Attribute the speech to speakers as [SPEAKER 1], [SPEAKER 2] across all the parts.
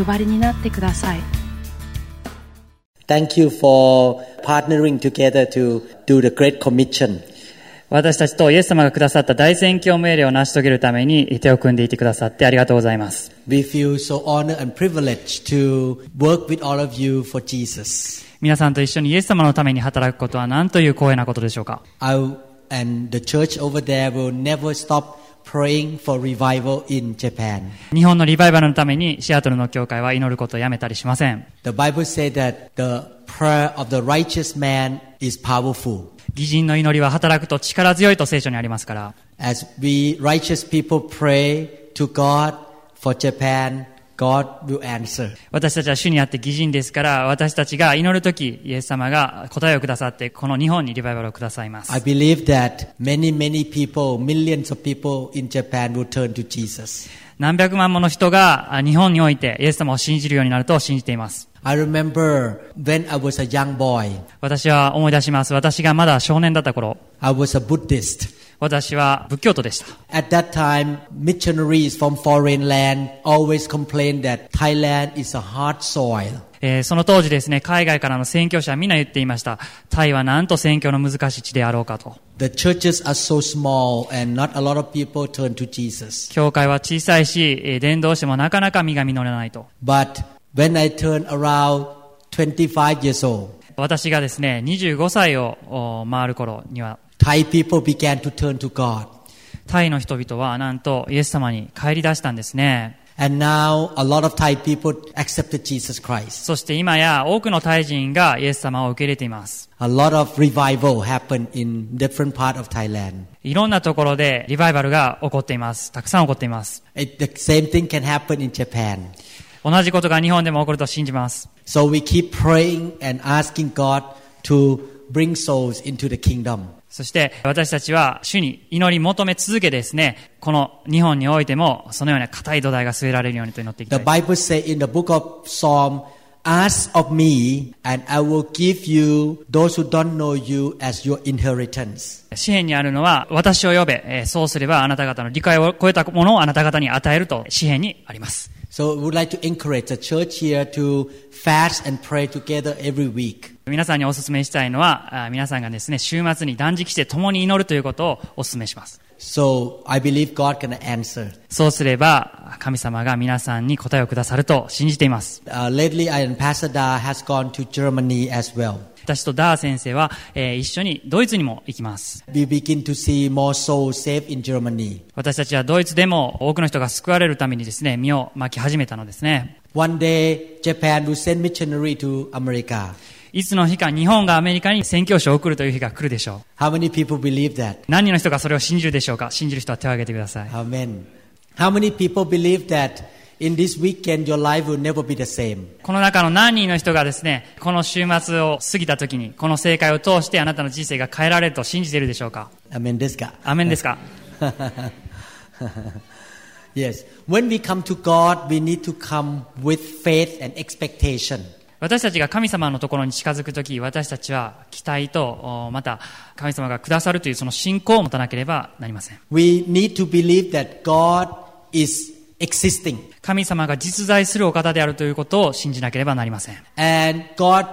[SPEAKER 1] お配りになってください
[SPEAKER 2] Thank you for partnering together to do the Great Commission.
[SPEAKER 3] 私たちとイエス様がくださった大宣教命令を成し遂げるために手を組んでいてくださってありがとうございます。
[SPEAKER 2] We feel so honored and privileged to work with all of you for Jesus.
[SPEAKER 3] 皆さんと一緒にイエス様のために働くことは何という光栄なことでしょうか
[SPEAKER 2] I and the church over there will never stop praying for revival in Japan.
[SPEAKER 3] 日本のリバイバルのためにシアトルの教会は祈ることをやめたりしません。
[SPEAKER 2] The Bible says that the prayer of the righteous man is powerful.
[SPEAKER 3] 義人の祈りは働くと力強いと聖書にありますから、
[SPEAKER 2] As we righteous people pray to God for Japan, God will answer.
[SPEAKER 3] 私たちは主にあって義人ですから、私たちが祈るとき、イエス様が答えをくださって、この日本にリバイバルをくださいま
[SPEAKER 2] I
[SPEAKER 3] す。
[SPEAKER 2] believe that many, many people, millions of people in Japan will turn to Jesus.
[SPEAKER 3] 何百万もの人があ日本においてイエス様を信じるようになると信じています。
[SPEAKER 2] I remember when I was a young boy,
[SPEAKER 3] 私は思い出します。私がまだ少年だった頃、
[SPEAKER 2] I was a Buddhist.
[SPEAKER 3] 私は仏教徒でした。
[SPEAKER 2] At that time, missionaries from foreign land always complained that Thailand is a hard soil.
[SPEAKER 3] えーその当時ですね、海外からの宣教師は皆言っていました。タイはなんと宣教の難しい地であろうかと。
[SPEAKER 2] The churches are so small and not a lot of people turn to Jesus.
[SPEAKER 3] 教会は小さいし、えー伝道してもなかなか身が実れないと。
[SPEAKER 2] But when I turned around 25 years old,
[SPEAKER 3] 私がですね、25歳をお回る頃には、
[SPEAKER 2] Thai people began to turn to God.
[SPEAKER 3] タイの人々はなんとイエス様に帰り出したんですね。
[SPEAKER 2] And now a lot of Thai people accepted Jesus Christ.
[SPEAKER 3] そして今や多くのタイ人がイエス様を受け入れています。
[SPEAKER 2] A lot of revival happened in different part of Thailand.
[SPEAKER 3] いろんなところでリバイバルが起こっています。たくさん起こっています。
[SPEAKER 2] It, the same thing can happen in Japan.
[SPEAKER 3] 同じことが日本でも起こると信じます。
[SPEAKER 2] So we keep praying and asking God to bring souls into the kingdom.
[SPEAKER 3] そして私たちは主に祈り求め続けですね、この日本においてもそのような硬い土台が据えられるようにと祈っていきた
[SPEAKER 2] The
[SPEAKER 3] い。
[SPEAKER 2] Bible says in the book of Psalm, ask of me and I will give you those who don't know you as your inheritance.
[SPEAKER 3] 詩篇にあるのは私を呼べ、えーそうすればあなた方の理解を超えたものをあなた方に与えると詩篇にあります。
[SPEAKER 2] So we would like to encourage the church here to fast and pray together every week.
[SPEAKER 3] 皆さんにお勧めしたいのは、あー皆さんがですね、週末に断食して共に祈るということをお勧めします。
[SPEAKER 2] So I believe God can answer.
[SPEAKER 3] そうすれば神様が皆さんに答えをくださると信じています。
[SPEAKER 2] Uh, lately, I and Pastor Da has gone to Germany as well.
[SPEAKER 3] 私とダー先生は、えー一緒にドイツにも行きます。
[SPEAKER 2] We begin to see more souls saved in Germany.
[SPEAKER 3] 私たちはドイツでも多くの人が救われるためにですね、身を巻き始めたのですね。
[SPEAKER 2] One day, Japan will send missionary to America.
[SPEAKER 3] いつの日か日本がアメリカに宣教師を送るという日が来るでしょ
[SPEAKER 2] How many people believe that?
[SPEAKER 3] う。何人の人がそれを信じるでしょうか信じる人は手を挙げてください。
[SPEAKER 2] Amen. How many people believe that in this weekend your life will never be the same?
[SPEAKER 3] この中の何人の人がですね、この週末を過ぎた時に、この正解を通してあなたの人生が変えられると信じているでしょうか
[SPEAKER 2] Amen. This guy.
[SPEAKER 3] アメンですか
[SPEAKER 2] yes. When we come to God, we need to come with faith and expectation.
[SPEAKER 3] 私たちが神様のところに近づくとき、私たちは期待と、おまた神様がくださるというその信仰を持たなければなりません。
[SPEAKER 2] We need to believe that God is existing.
[SPEAKER 3] 神様が実在するお方であるということを信じなければなりません。
[SPEAKER 2] And God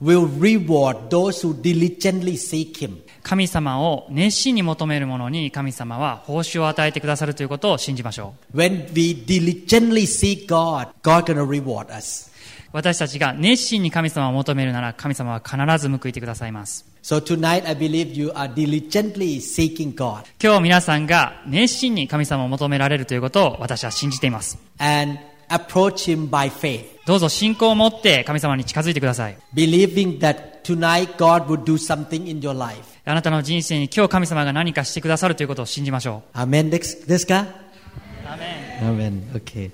[SPEAKER 2] will reward those who diligently seek Him.
[SPEAKER 3] 神様を熱心に求める者に神様は報酬を与えてくださるということを信じましょう。
[SPEAKER 2] When we diligently seek God, God gonna reward us.
[SPEAKER 3] 私たちが熱心に神様を求めるなら神様は必ず報いてくださいます。
[SPEAKER 2] So tonight, I believe you are diligently seeking God,
[SPEAKER 3] 今日皆さんが熱心に神様を求められるということを私は信じています。
[SPEAKER 2] and approach Him by faith,
[SPEAKER 3] どうぞ信仰を持って神様に近づいてください。
[SPEAKER 2] believing that tonight God will do something in your life.
[SPEAKER 3] あなたの人生に今日神様が何かしてくださるということを信じましょ
[SPEAKER 2] Amen. This, this guy.
[SPEAKER 3] う。アメン
[SPEAKER 2] Amen. Okay.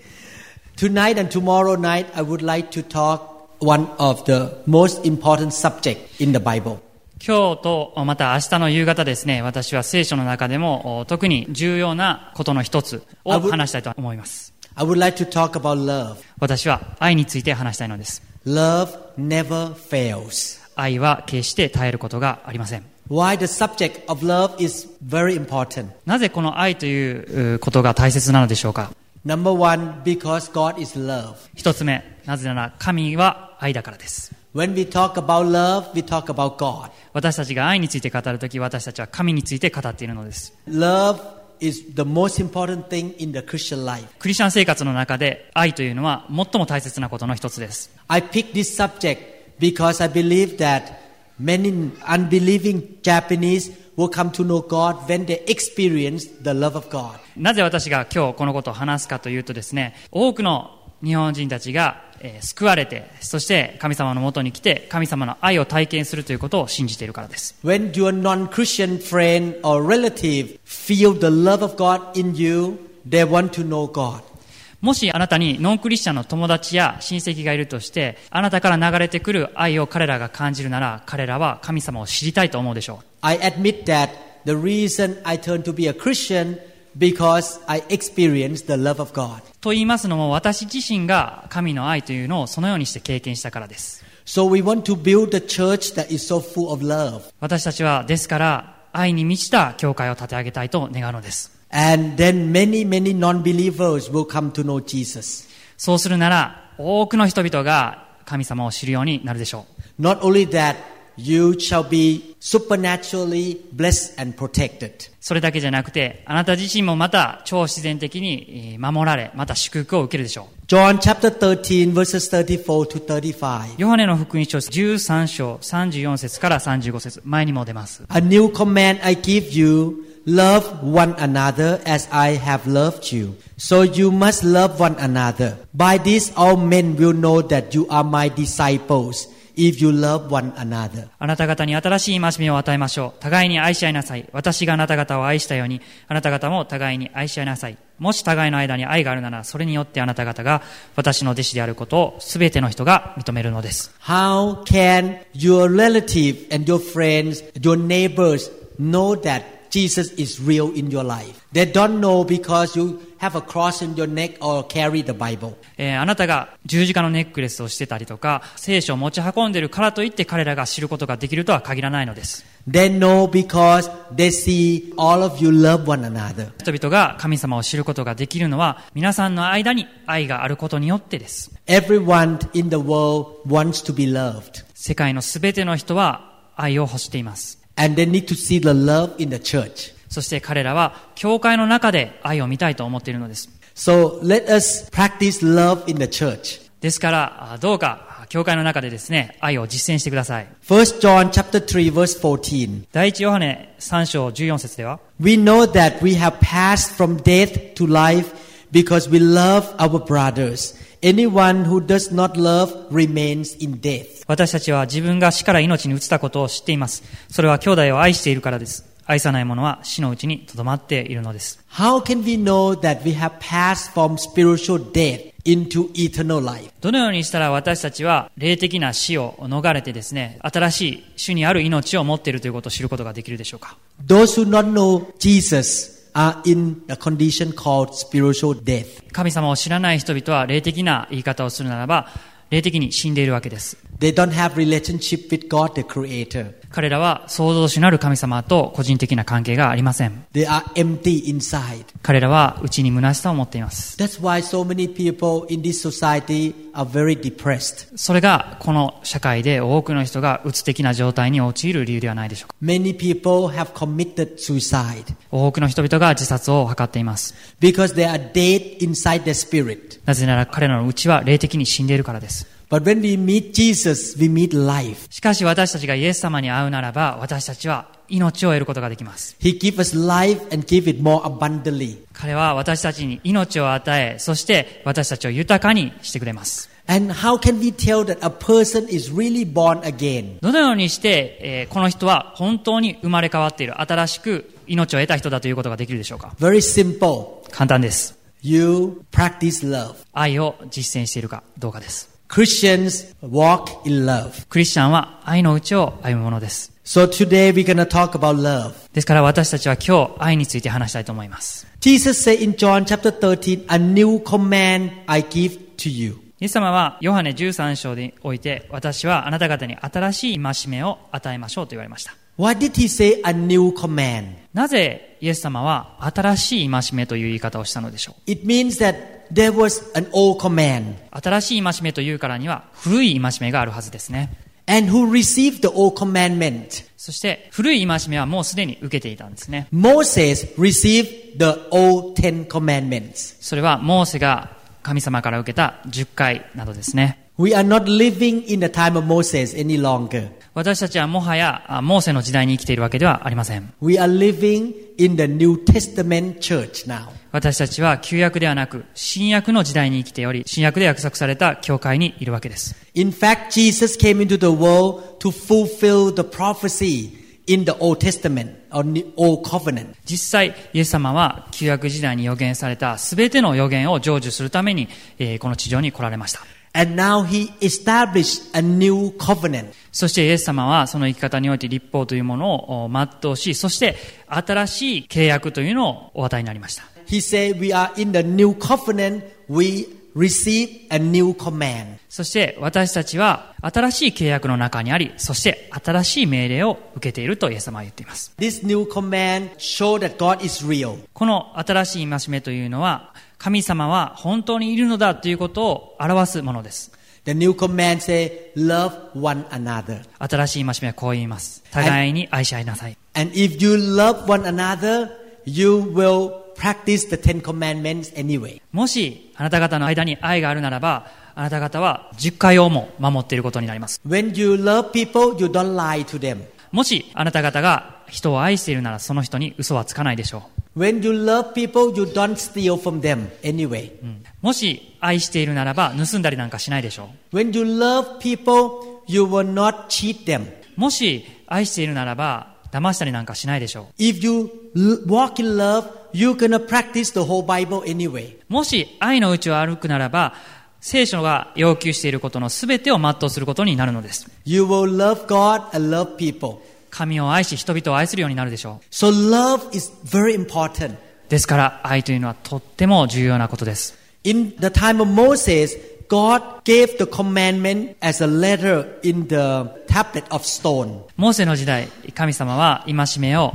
[SPEAKER 2] Tonight and tomorrow night, I would like to talk one of the most important subject in the Bible.
[SPEAKER 3] 今日とまた明日の夕方ですね、私は聖書の中でもお特に重要なことの一つを話したいと思います。
[SPEAKER 2] I would like to talk about love.
[SPEAKER 3] 私は愛について話したいのです。
[SPEAKER 2] Love never fails.
[SPEAKER 3] 愛は決して耐えることがありません。
[SPEAKER 2] Why the subject of love is very important.
[SPEAKER 3] なぜこの愛といううことが大切なのでしょうか
[SPEAKER 2] Number one, because God is love.
[SPEAKER 3] 一つ目、なぜなら神は愛だからです。
[SPEAKER 2] When we talk about love, we talk about God.
[SPEAKER 3] 私たちが愛について語るとき、私たちは神について語っているのです。
[SPEAKER 2] Love is the most important thing in the Christian life.
[SPEAKER 3] クリスチャン生活の中で愛というのは最も大切なことの一つです。
[SPEAKER 2] I picked this subject because I believe that many unbelieving Japanese will come to know God when they experience the love of God.
[SPEAKER 3] なぜ私が今日このことを話すかというとですね、多くの日本人たちが、えー救われて、そして神様のもとに来て、神様の愛を体験するということを信じているからです。
[SPEAKER 2] When your non-Christian friend or relative feel the love of God in you, they want to know God.
[SPEAKER 3] もしあなたにノンクリスチャンの友達や親戚がいるとして、あなたから流れてくる愛を彼らが感じるなら、彼らは神様を知りたいと思うでしょう。
[SPEAKER 2] I admit that the reason I turned to be a Christian because I experienced the love of God.
[SPEAKER 3] と言いますのも、私自身が神の愛というのをそのようにして経験したからです。
[SPEAKER 2] So we want to build a church that is so full of love.
[SPEAKER 3] 私たちはですから愛に満ちた教会を立て上げたいと願うのです
[SPEAKER 2] And then many, many non-believers will come to know Jesus.
[SPEAKER 3] そうするなら多くの人々が神様を知るようになるでしょう
[SPEAKER 2] Not only that, you shall be supernaturally blessed and protected.
[SPEAKER 3] それだけじゃなくてあなた自身もまた超自然的にえー守られまた祝福を受けるでしょ
[SPEAKER 2] John chapter 13 verses 34 to 35.
[SPEAKER 3] うヨハネの福音書13章34節から35節前にも出ます
[SPEAKER 2] A new command I give you love one another as I have loved you. So you must love one another. By this, all men will know that you are my disciples if you love one another.
[SPEAKER 3] あなた方に新しい戒めを与えましょう。互いに愛し合いなさい。私があなた方を愛したように、あなた方も互いに愛し合いなさい。もし互いの間に愛があるなら、それによってあなた方が私の弟子であることを全ての人が認めるのです。
[SPEAKER 2] How can your relative and your friends, your neighbors know that Jesus is real in your life? They don't know because you have a cross in your neck or carry the Bible.
[SPEAKER 3] えーあなたが十字架のネックレスをしてたりとか、聖書を持ち運んでるからといって彼らが知ることができるとは限らないのです。
[SPEAKER 2] They know because they see all of you love one another.
[SPEAKER 3] 人々が神様を知ることができるのは、皆さんの間に愛があることによってです。
[SPEAKER 2] Everyone in the world wants to be loved,
[SPEAKER 3] 世界の全ての人は愛を欲しています。
[SPEAKER 2] and they need to see the love in the church.
[SPEAKER 3] そして彼らは教会の中で愛を見たいと思っているのです。
[SPEAKER 2] So let us practice love in the church.
[SPEAKER 3] ですから、あどうかあ教会の中でですね、愛を実践してください。
[SPEAKER 2] 1 John chapter 3 verse 14.
[SPEAKER 3] 第一ヨハネ3章14節では、
[SPEAKER 2] We know that we have passed from death to life because we love our brothers. Anyone who does not love remains in death.
[SPEAKER 3] 私たちは自分が死から命に移ったことを知っています。それは兄弟を愛しているからです。愛さない者は死のうちに留まっているのです。
[SPEAKER 2] How can we know that we have passed from spiritual death into eternal life?
[SPEAKER 3] どのようにしたら私たちは霊的な死を逃れてですね、新しい主にある命を持っているということを知ることができるでしょうか
[SPEAKER 2] Those who not know Jesus are in a condition called spiritual death.
[SPEAKER 3] 神様を知らない人々は霊的な言い方をするならば、霊的に死んでいるわけです。
[SPEAKER 2] They don't have relationship with God the creator.
[SPEAKER 3] 彼らは創造主なる神様と個人的な関係がありません。
[SPEAKER 2] They are empty inside.
[SPEAKER 3] 彼らは内に虚しさを持っています。
[SPEAKER 2] That's why so many people in this society are very depressed.
[SPEAKER 3] それがこの社会で多くの人が鬱的な状態に陥る理由ではないでしょうか。
[SPEAKER 2] Many people have committed suicide
[SPEAKER 3] 多くの人々が自殺を図っています。
[SPEAKER 2] because they are dead inside their spirit.
[SPEAKER 3] なぜなら彼らの内は霊的に死んでいるからです。
[SPEAKER 2] But when we meet Jesus, we meet life.
[SPEAKER 3] しかし私たちがイエス様に会うならば、私たちは命を得ることができます。
[SPEAKER 2] He gives us life and give it more abundantly.
[SPEAKER 3] 彼は私たちに命を与え、そして私たちを豊かにしてくれます。
[SPEAKER 2] And how can we tell that a person is really born again?
[SPEAKER 3] どのようにして、えーこの人は本当に生まれ変わっている、新しく命を得た人だということができるでしょうか
[SPEAKER 2] Very simple.
[SPEAKER 3] 簡単です。
[SPEAKER 2] you practice love.
[SPEAKER 3] 愛を実践しているかどうかです
[SPEAKER 2] Christians walk in love.
[SPEAKER 3] クリスチャンは愛のうちを歩むものです
[SPEAKER 2] So today we're going to talk about love.
[SPEAKER 3] ですから私たちは今日愛について話したいと思います
[SPEAKER 2] Jesus said in John chapter 13, a new command I give to you.
[SPEAKER 3] イエス様はヨハネ13章において私はあなた方に新しい戒めを与えましょうと言われました
[SPEAKER 2] Why did he say a new command?
[SPEAKER 3] なぜイエス様は新しい戒めという言い方をしたのでしょう
[SPEAKER 2] It means that there was an old command.
[SPEAKER 3] 新しい戒めというからには古い戒めがあるはずですね
[SPEAKER 2] And who received the old commandment?
[SPEAKER 3] そして古い戒めはもうすでに受けていたんですね
[SPEAKER 2] Moses received the old Ten Commandments.
[SPEAKER 3] それはモーセが神様から受けた10回などですね
[SPEAKER 2] We are not living in the time of Moses any longer.
[SPEAKER 3] 私たちはもはやあモーセの時代に生きているわけではありません
[SPEAKER 2] We are living in the New Testament church now.
[SPEAKER 3] 私たちは旧約ではなく新約の時代に生きており新約で約束された教会にいるわけです
[SPEAKER 2] In fact, Jesus came into the world to fulfill the prophecy in the Old Testament or the Old Covenant.
[SPEAKER 3] 実際イエス様は旧約時代に予言された全ての予言を成就するために、えーこの地上に来られました
[SPEAKER 2] And now he established a new covenant.
[SPEAKER 3] そしてイエス様はその生き方において立法というものをお全うしそして新しい契約というのをお与えになりました
[SPEAKER 2] He said, We are in the new covenant. We receive a new command.
[SPEAKER 3] そして私たちは新しい契約の中にありそして新しい命令を受けているとイエス様は言っています
[SPEAKER 2] This new command shows that God is real.
[SPEAKER 3] この新しい戒めというのは、神様は本当にいるのだということを表すものです。
[SPEAKER 2] The new command says, Love one another.
[SPEAKER 3] 新しい戒めはこう言います。互いに愛し合いなさい。
[SPEAKER 2] And if you love one another, you will practice the Ten Commandments anyway.
[SPEAKER 3] もし、あなた方の間に愛があるならば、あなた方は10回をも守っていることになります。
[SPEAKER 2] When you love people, you don't lie to them.
[SPEAKER 3] もし、あなた方が人を愛しているなら、その人に嘘はつかないでしょ
[SPEAKER 2] When you love people, you don't steal from them anyway.
[SPEAKER 3] う。うんもし、愛しているならば、盗んだりなんかしないでしょ
[SPEAKER 2] When you love people, you will not cheat them.
[SPEAKER 3] う。もし、愛しているならば、騙したりなんかしないでしょう。
[SPEAKER 2] If you l- walk in love, you're gonna practice the whole Bible anyway.
[SPEAKER 3] もし愛のうちを歩くならば、聖書が要求していることの全てを全うすることになるのです。
[SPEAKER 2] You will love God and love people.
[SPEAKER 3] 神を愛し、人々を愛するようになるでしょ
[SPEAKER 2] So love is very important.
[SPEAKER 3] う。ですから、愛というのはとっても重要なことです。
[SPEAKER 2] In the time of Moses, God gave the commandment as a letter in the tablet of stone.
[SPEAKER 3] モーセの時代、神様は戒めを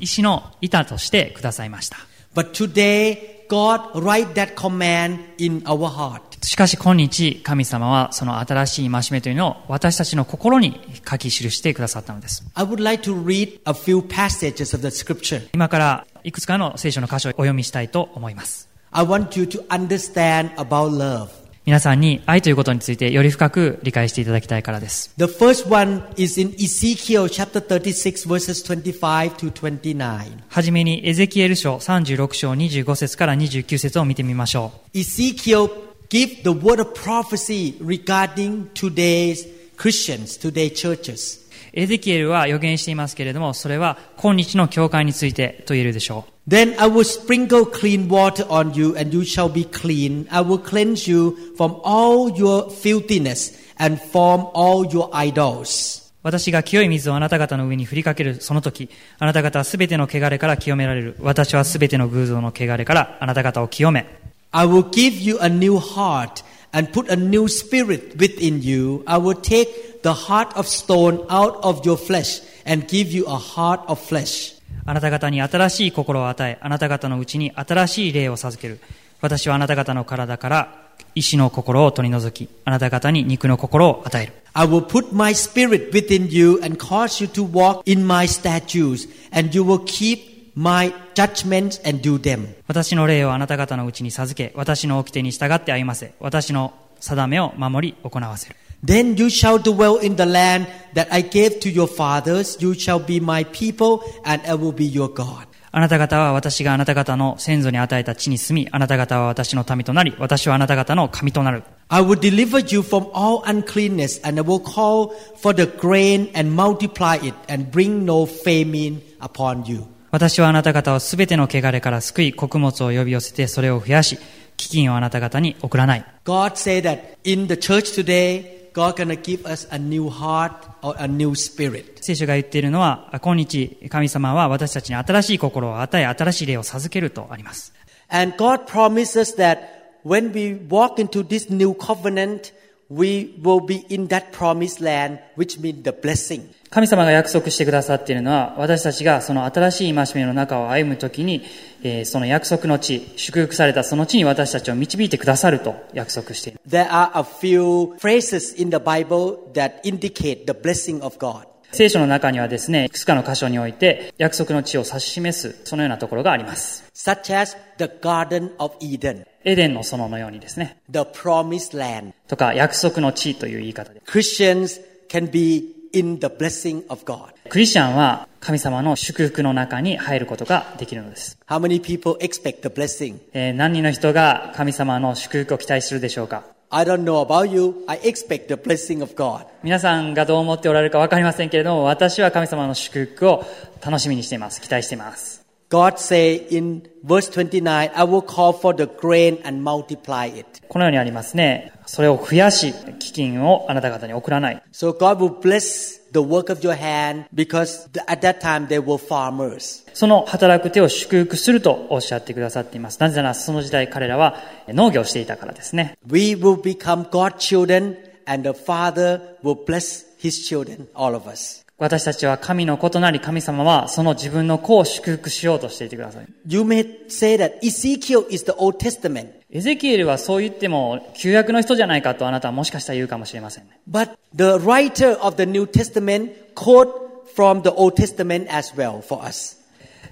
[SPEAKER 3] 石の板としてくださいました。
[SPEAKER 2] But today, God write that command in our heart.
[SPEAKER 3] しかし今日、神様はその新しい戒めというのを私たちの心に書き記してくださったのです。
[SPEAKER 2] I would like to read a few passages of the scripture.
[SPEAKER 3] 今からいくつかの聖書の箇所をお読みしたいと思います。
[SPEAKER 2] I want you to understand about love.
[SPEAKER 3] 皆さんに愛ということについてより深く理解していただきたいからです。
[SPEAKER 2] The first one is in Ezekiel chapter 36 verses 25 to 29.
[SPEAKER 3] はじめにエゼキエル書36章25節から29節を見てみましょ
[SPEAKER 2] Ezekiel give the word of prophecy regarding today's Christians, today churches.
[SPEAKER 3] う。エゼキエルは予言していますけれども、それは今日の教会についてと言えるでしょう。
[SPEAKER 2] Then I will sprinkle clean water on you and you shall be clean. I will cleanse you from all your filthiness and from all your idols.
[SPEAKER 3] 私が清い水をあなた方の上に振りかけるその時、あなた方はすべての汚れから清められる。私はすべての偶像の汚れからあなた方を清め。
[SPEAKER 2] I will give you a new heart and put a new spirit within you. I will take the heart of stone out of your flesh and give you a heart of flesh.
[SPEAKER 3] あなた方に新しい心を与え、あなた方のうちに新しい霊を授ける。私はあなた方の体から石の心を取り除き、あなた方に肉の心を与える。
[SPEAKER 2] I will put my spirit within you and cause you to walk in my statutes, and you will keep my judgments and do them.
[SPEAKER 3] 私の霊をあなた方のうちに授け、私の掟に従って歩ませ、私の定めを守り行わせる。
[SPEAKER 2] Then you shall dwell in the land that I gave to your fathers. You shall be my people, and I will be your God.
[SPEAKER 3] あなた方は私があなた方の先祖に与えた地に住み、あなた方は私の民となり、私はあなた方の神となる。
[SPEAKER 2] I will deliver you from all uncleanness, and I will call for the grain and multiply it, and bring no famine upon you.
[SPEAKER 3] 私はあなた方をすべての汚れから救い、穀物を呼び寄せてそれを増やし、基金をあなた方に送らない。
[SPEAKER 2] God said that in the church today, God gonna give us a new heart or a new spirit.
[SPEAKER 3] 聖書が言っているのは、あ今日神様は私たちに新しい心を与え、新しい霊を授けるとあります。
[SPEAKER 2] And God promises that when we walk into this new covenant, we will be in that promised land, which means the blessing.
[SPEAKER 3] 神様が約束してくださっているのは、私たちがその新しい戒めの中を歩むときに、えーその約束の地、祝福されたその地に私たちを導いてくださると約束している。
[SPEAKER 2] There are a few phrases in the Bible that indicate the blessing of God.
[SPEAKER 3] 聖書の中にはですね、いくつかの箇所において、約束の地を指し示す、そのようなところがあります。
[SPEAKER 2] such as the Garden of Eden,
[SPEAKER 3] エデンの園のようにですね、
[SPEAKER 2] the promised land.
[SPEAKER 3] とか、約束の地という言い方で。
[SPEAKER 2] Christians can be in the blessing of God.
[SPEAKER 3] クリスチャンは神様の祝福の中に入ることができるのです。
[SPEAKER 2] How many people expect the blessing?
[SPEAKER 3] えー何人の人が神様の祝福を期待するでしょうか
[SPEAKER 2] I don't know about you. I expect the blessing of God.
[SPEAKER 3] 皆さんがどう思っておられるか分かりませんけれども、私は神様の祝福を楽しみにしています。期待しています。
[SPEAKER 2] God say in verse 29, I will call for the grain and multiply it.
[SPEAKER 3] このようにありますね。それを増やし、基金をあなた方に送らない。
[SPEAKER 2] So God will bless the work of your hand because th- at that time they were farmers.
[SPEAKER 3] その働く手を祝福するとおっしゃってくださっています。なぜならその時代彼らは農業をしていたからですね。
[SPEAKER 2] We will become God's children and the Father will bless His children, all of us.
[SPEAKER 3] 私たちは神の子となり神様はその自分の子を祝福しようとしていてください。
[SPEAKER 2] You may say that Ezekiel is the Old Testament,
[SPEAKER 3] エゼキエルはそう言っても旧約の人じゃないかとあなたはもしかしたら言うかもしれませんね。
[SPEAKER 2] but the writer of the New Testament quote from the Old Testament as well for us.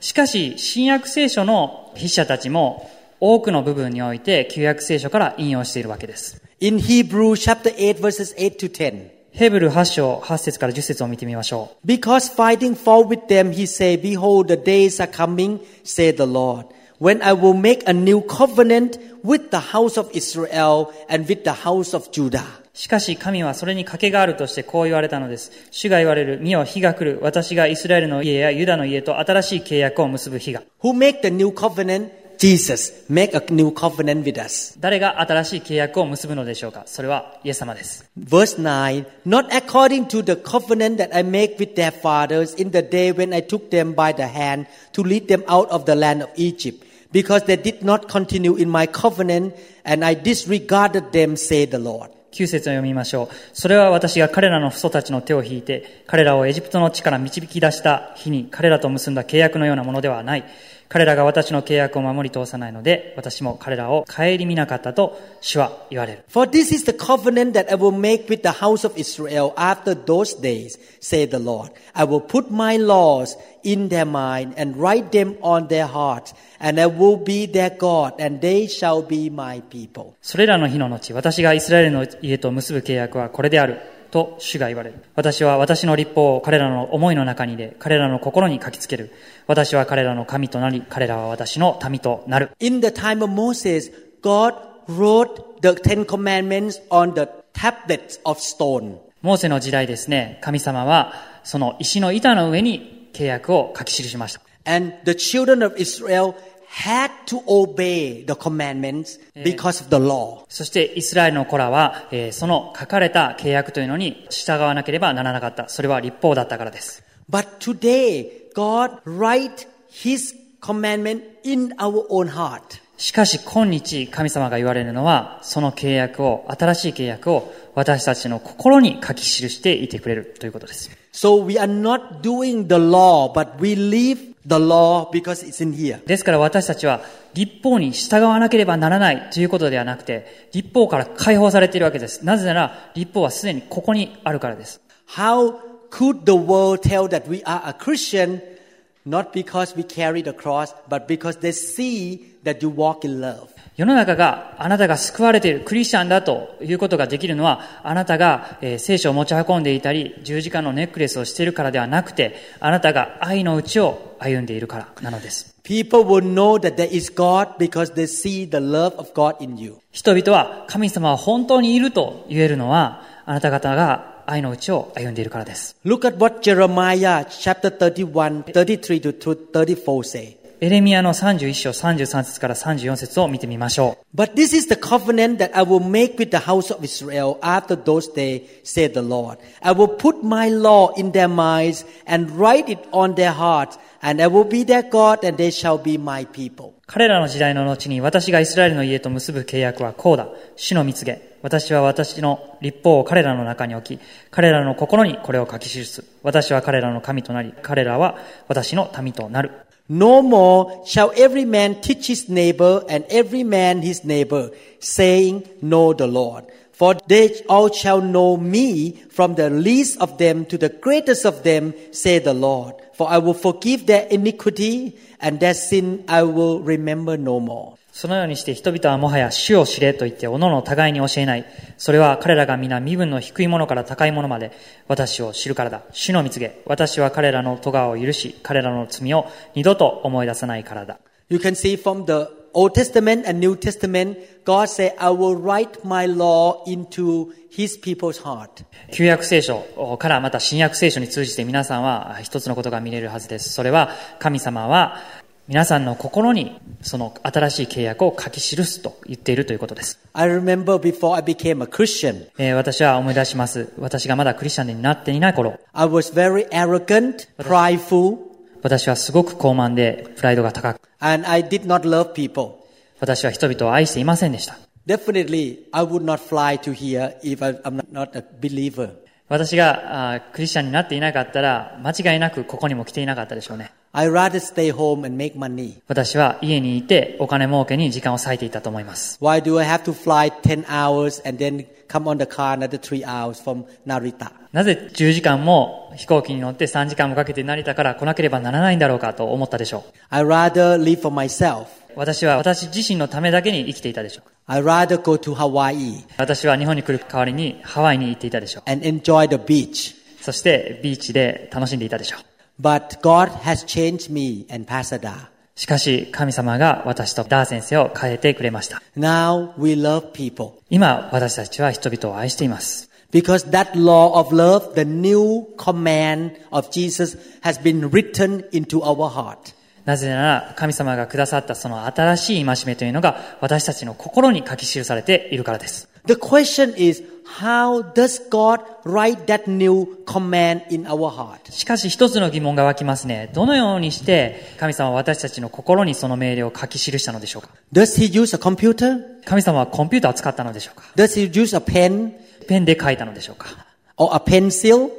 [SPEAKER 3] しかし、新約聖書の筆者たちも多くの部分において旧約聖書から引用しているわけです。
[SPEAKER 2] In Hebrews chapter 8 verses 8 to 10.
[SPEAKER 3] ヘブル8章8節から10節を見てみましょう。
[SPEAKER 2] Because fighting fault with them, he said, Behold, the days are coming, said the Lord, when I will make a new covenant with the house of Israel and with the house of Judah.
[SPEAKER 3] しかし神はそれに賭けがあるとしてこう言われたのです。主が言われる、見よ火が来る。私がイスラエルの家やユダの家と新しい契約を結ぶ日が。
[SPEAKER 2] Who make the new covenant? Jesus make a new covenant with us.
[SPEAKER 3] 誰が新しい契約を結ぶのでしょうかそれはイエス様です。
[SPEAKER 2] Verse 9 Not according to the covenant that I make with their fathers in the day when I took them by the hand to lead them out of the land of Egypt, because they did not continue in my covenant, and I disregarded them, say the Lord.
[SPEAKER 3] 9節を読みましょう。それは私が彼らの父祖たちの手を引いて、彼らをエジプトの地から導き出した日に彼らと結んだ契約のようなものではない。彼らが私の契約を守り通さないので、私も彼らを顧みなかったと主は言われる。
[SPEAKER 2] For this is the covenant that I will make with the house of Israel after those days, say the Lord. I will put my laws in their mind and write them on their hearts, and I will be their God, and they shall be my people.
[SPEAKER 3] それらの日の後、私がイスラエルの家と結ぶ契約はこれである。と主が言われる。私は私の立法を彼らの思いの中に入れ、彼らの心に書きつける。私は彼らの神となり、彼らは私の民となる。
[SPEAKER 2] In the time of Moses, God wrote the Ten Commandments on the tablets of stone.
[SPEAKER 3] モーセの時代ですね、神様はその石の板の上に契約を書き記しました。
[SPEAKER 2] And the children of Israel had to obey the commandments because of the law.
[SPEAKER 3] そしてイスラエルの子らは、えーその書かれた契約というのに従わなければならなかった。それは立法だったからです。
[SPEAKER 2] But today, God write His commandment in our own heart.
[SPEAKER 3] しかし今日神様が言われるのは、その契約を、新しい契約を私たちの心に書き記していてくれるということです。
[SPEAKER 2] So we are not doing the law, but we live the law because it's in here.
[SPEAKER 3] ですから私たちは立法に従わなければならないということではなくて、立法から解放されているわけです。なぜなら立法はすでにここにあるからです。
[SPEAKER 2] How could the world tell that we are a Christian? Not because we carry the cross, but because they see that you walk in love.
[SPEAKER 3] 世の中があなたが救われているクリスチャンだということができるのはあなたが、えー聖書を持ち運んでいたり十字架のネックレスをしているからではなくてあなたが愛のうちを歩んでいるからなのです
[SPEAKER 2] People will know that there is God because they see the love of God in you.
[SPEAKER 3] 人々は神様は本当にいると言えるのはあなた方が愛のうちを歩んでいるからです。
[SPEAKER 2] Look at what Jeremiah chapter 31, 33 to 34 say.
[SPEAKER 3] エレミアの31章33節から34節を見てみましょう。
[SPEAKER 2] But this is the covenant that I will make with the house of Israel after those days, said the Lord. I will put my law in their minds and write it on their hearts, and I will be their God, and they shall be my people.
[SPEAKER 3] 彼らの時代の後に私がイスラエルの家と結ぶ契約はこうだ。主の蜜げ。私は私の立法を彼らの中に置き、彼らの心にこれを書き記す。私は彼らの神となり、彼らは私の民となる。
[SPEAKER 2] No more shall every man teach his neighbor and every man his neighbor, saying, Know the Lord. For they all shall know me from the least of them to the greatest of them, say the Lord. For I will forgive their iniquity and their sin I will remember no more.
[SPEAKER 3] そのようにして人々はもはや主を知れと言っておのの互いに教えない。それは彼らが皆身分の低いものから高いものまで私を知るからだ。主の蜜げ。私は彼らの咎を許し、彼らの罪を二度と思い出さないからだ。
[SPEAKER 2] You can see from the Old Testament and New Testament, God said, I will write my law into his people's heart.
[SPEAKER 3] 旧約聖書からまた新約聖書に通じて皆さんはあ一つのことが見れるはずです。それは神様は皆さんの心にその新しい契約を書き記すと言っているということです。
[SPEAKER 2] I remember before I became a Christian,
[SPEAKER 3] えー私は思い出します。私がまだクリスチャンになっていない頃、
[SPEAKER 2] I was very arrogant, prideful,
[SPEAKER 3] 私はすごく高慢でプライドが高く、
[SPEAKER 2] and I did not love people.
[SPEAKER 3] 私は人々を愛していませんでした。
[SPEAKER 2] Definitely, I would not fly to here if I, I'm not a believer.
[SPEAKER 3] 私があークリスチャンになっていなかったら、間違いなくここにも来ていなかったでしょうね。
[SPEAKER 2] I rather stay home and make money.
[SPEAKER 3] 私は家にいてお金儲けに時間を割いていたと思います。
[SPEAKER 2] Why do I have to fly 10 hours and then come on the car another 3 hours from Narita?
[SPEAKER 3] なぜ10時間も飛行機に乗って3時間もかけて成田から来なければならないんだろうかと思ったでしょ
[SPEAKER 2] I rather live for myself.
[SPEAKER 3] う。私は私自身のためだけに生きていたでしょう。
[SPEAKER 2] I rather go to Hawaii
[SPEAKER 3] 私は日本に来る代わりにハワイに行っていたでしょう。
[SPEAKER 2] and enjoy the beach.
[SPEAKER 3] そしてビーチで楽しんでいたでしょう。
[SPEAKER 2] But God has changed me and Pasada.
[SPEAKER 3] しかし神様が私とダー先生を変えてくれました。
[SPEAKER 2] Now we love people.
[SPEAKER 3] 今私たちは人々を愛しています。
[SPEAKER 2] Because that law of love, the new command of Jesus has been written into our heart.
[SPEAKER 3] なぜなら神様がくださったその新しい戒めというのが私たちの心に書き記されているからです。
[SPEAKER 2] The question is, how does God write that new command in our heart?
[SPEAKER 3] しかし一つの疑問が湧きますね。どのようにして神様は私たちの心にその命令を書き記したのでしょうか
[SPEAKER 2] Does he use a computer?
[SPEAKER 3] 神様はコンピューターを使ったのでしょうか
[SPEAKER 2] Does he use a pen
[SPEAKER 3] ペンで書いたのでしょうか
[SPEAKER 2] or a pencil?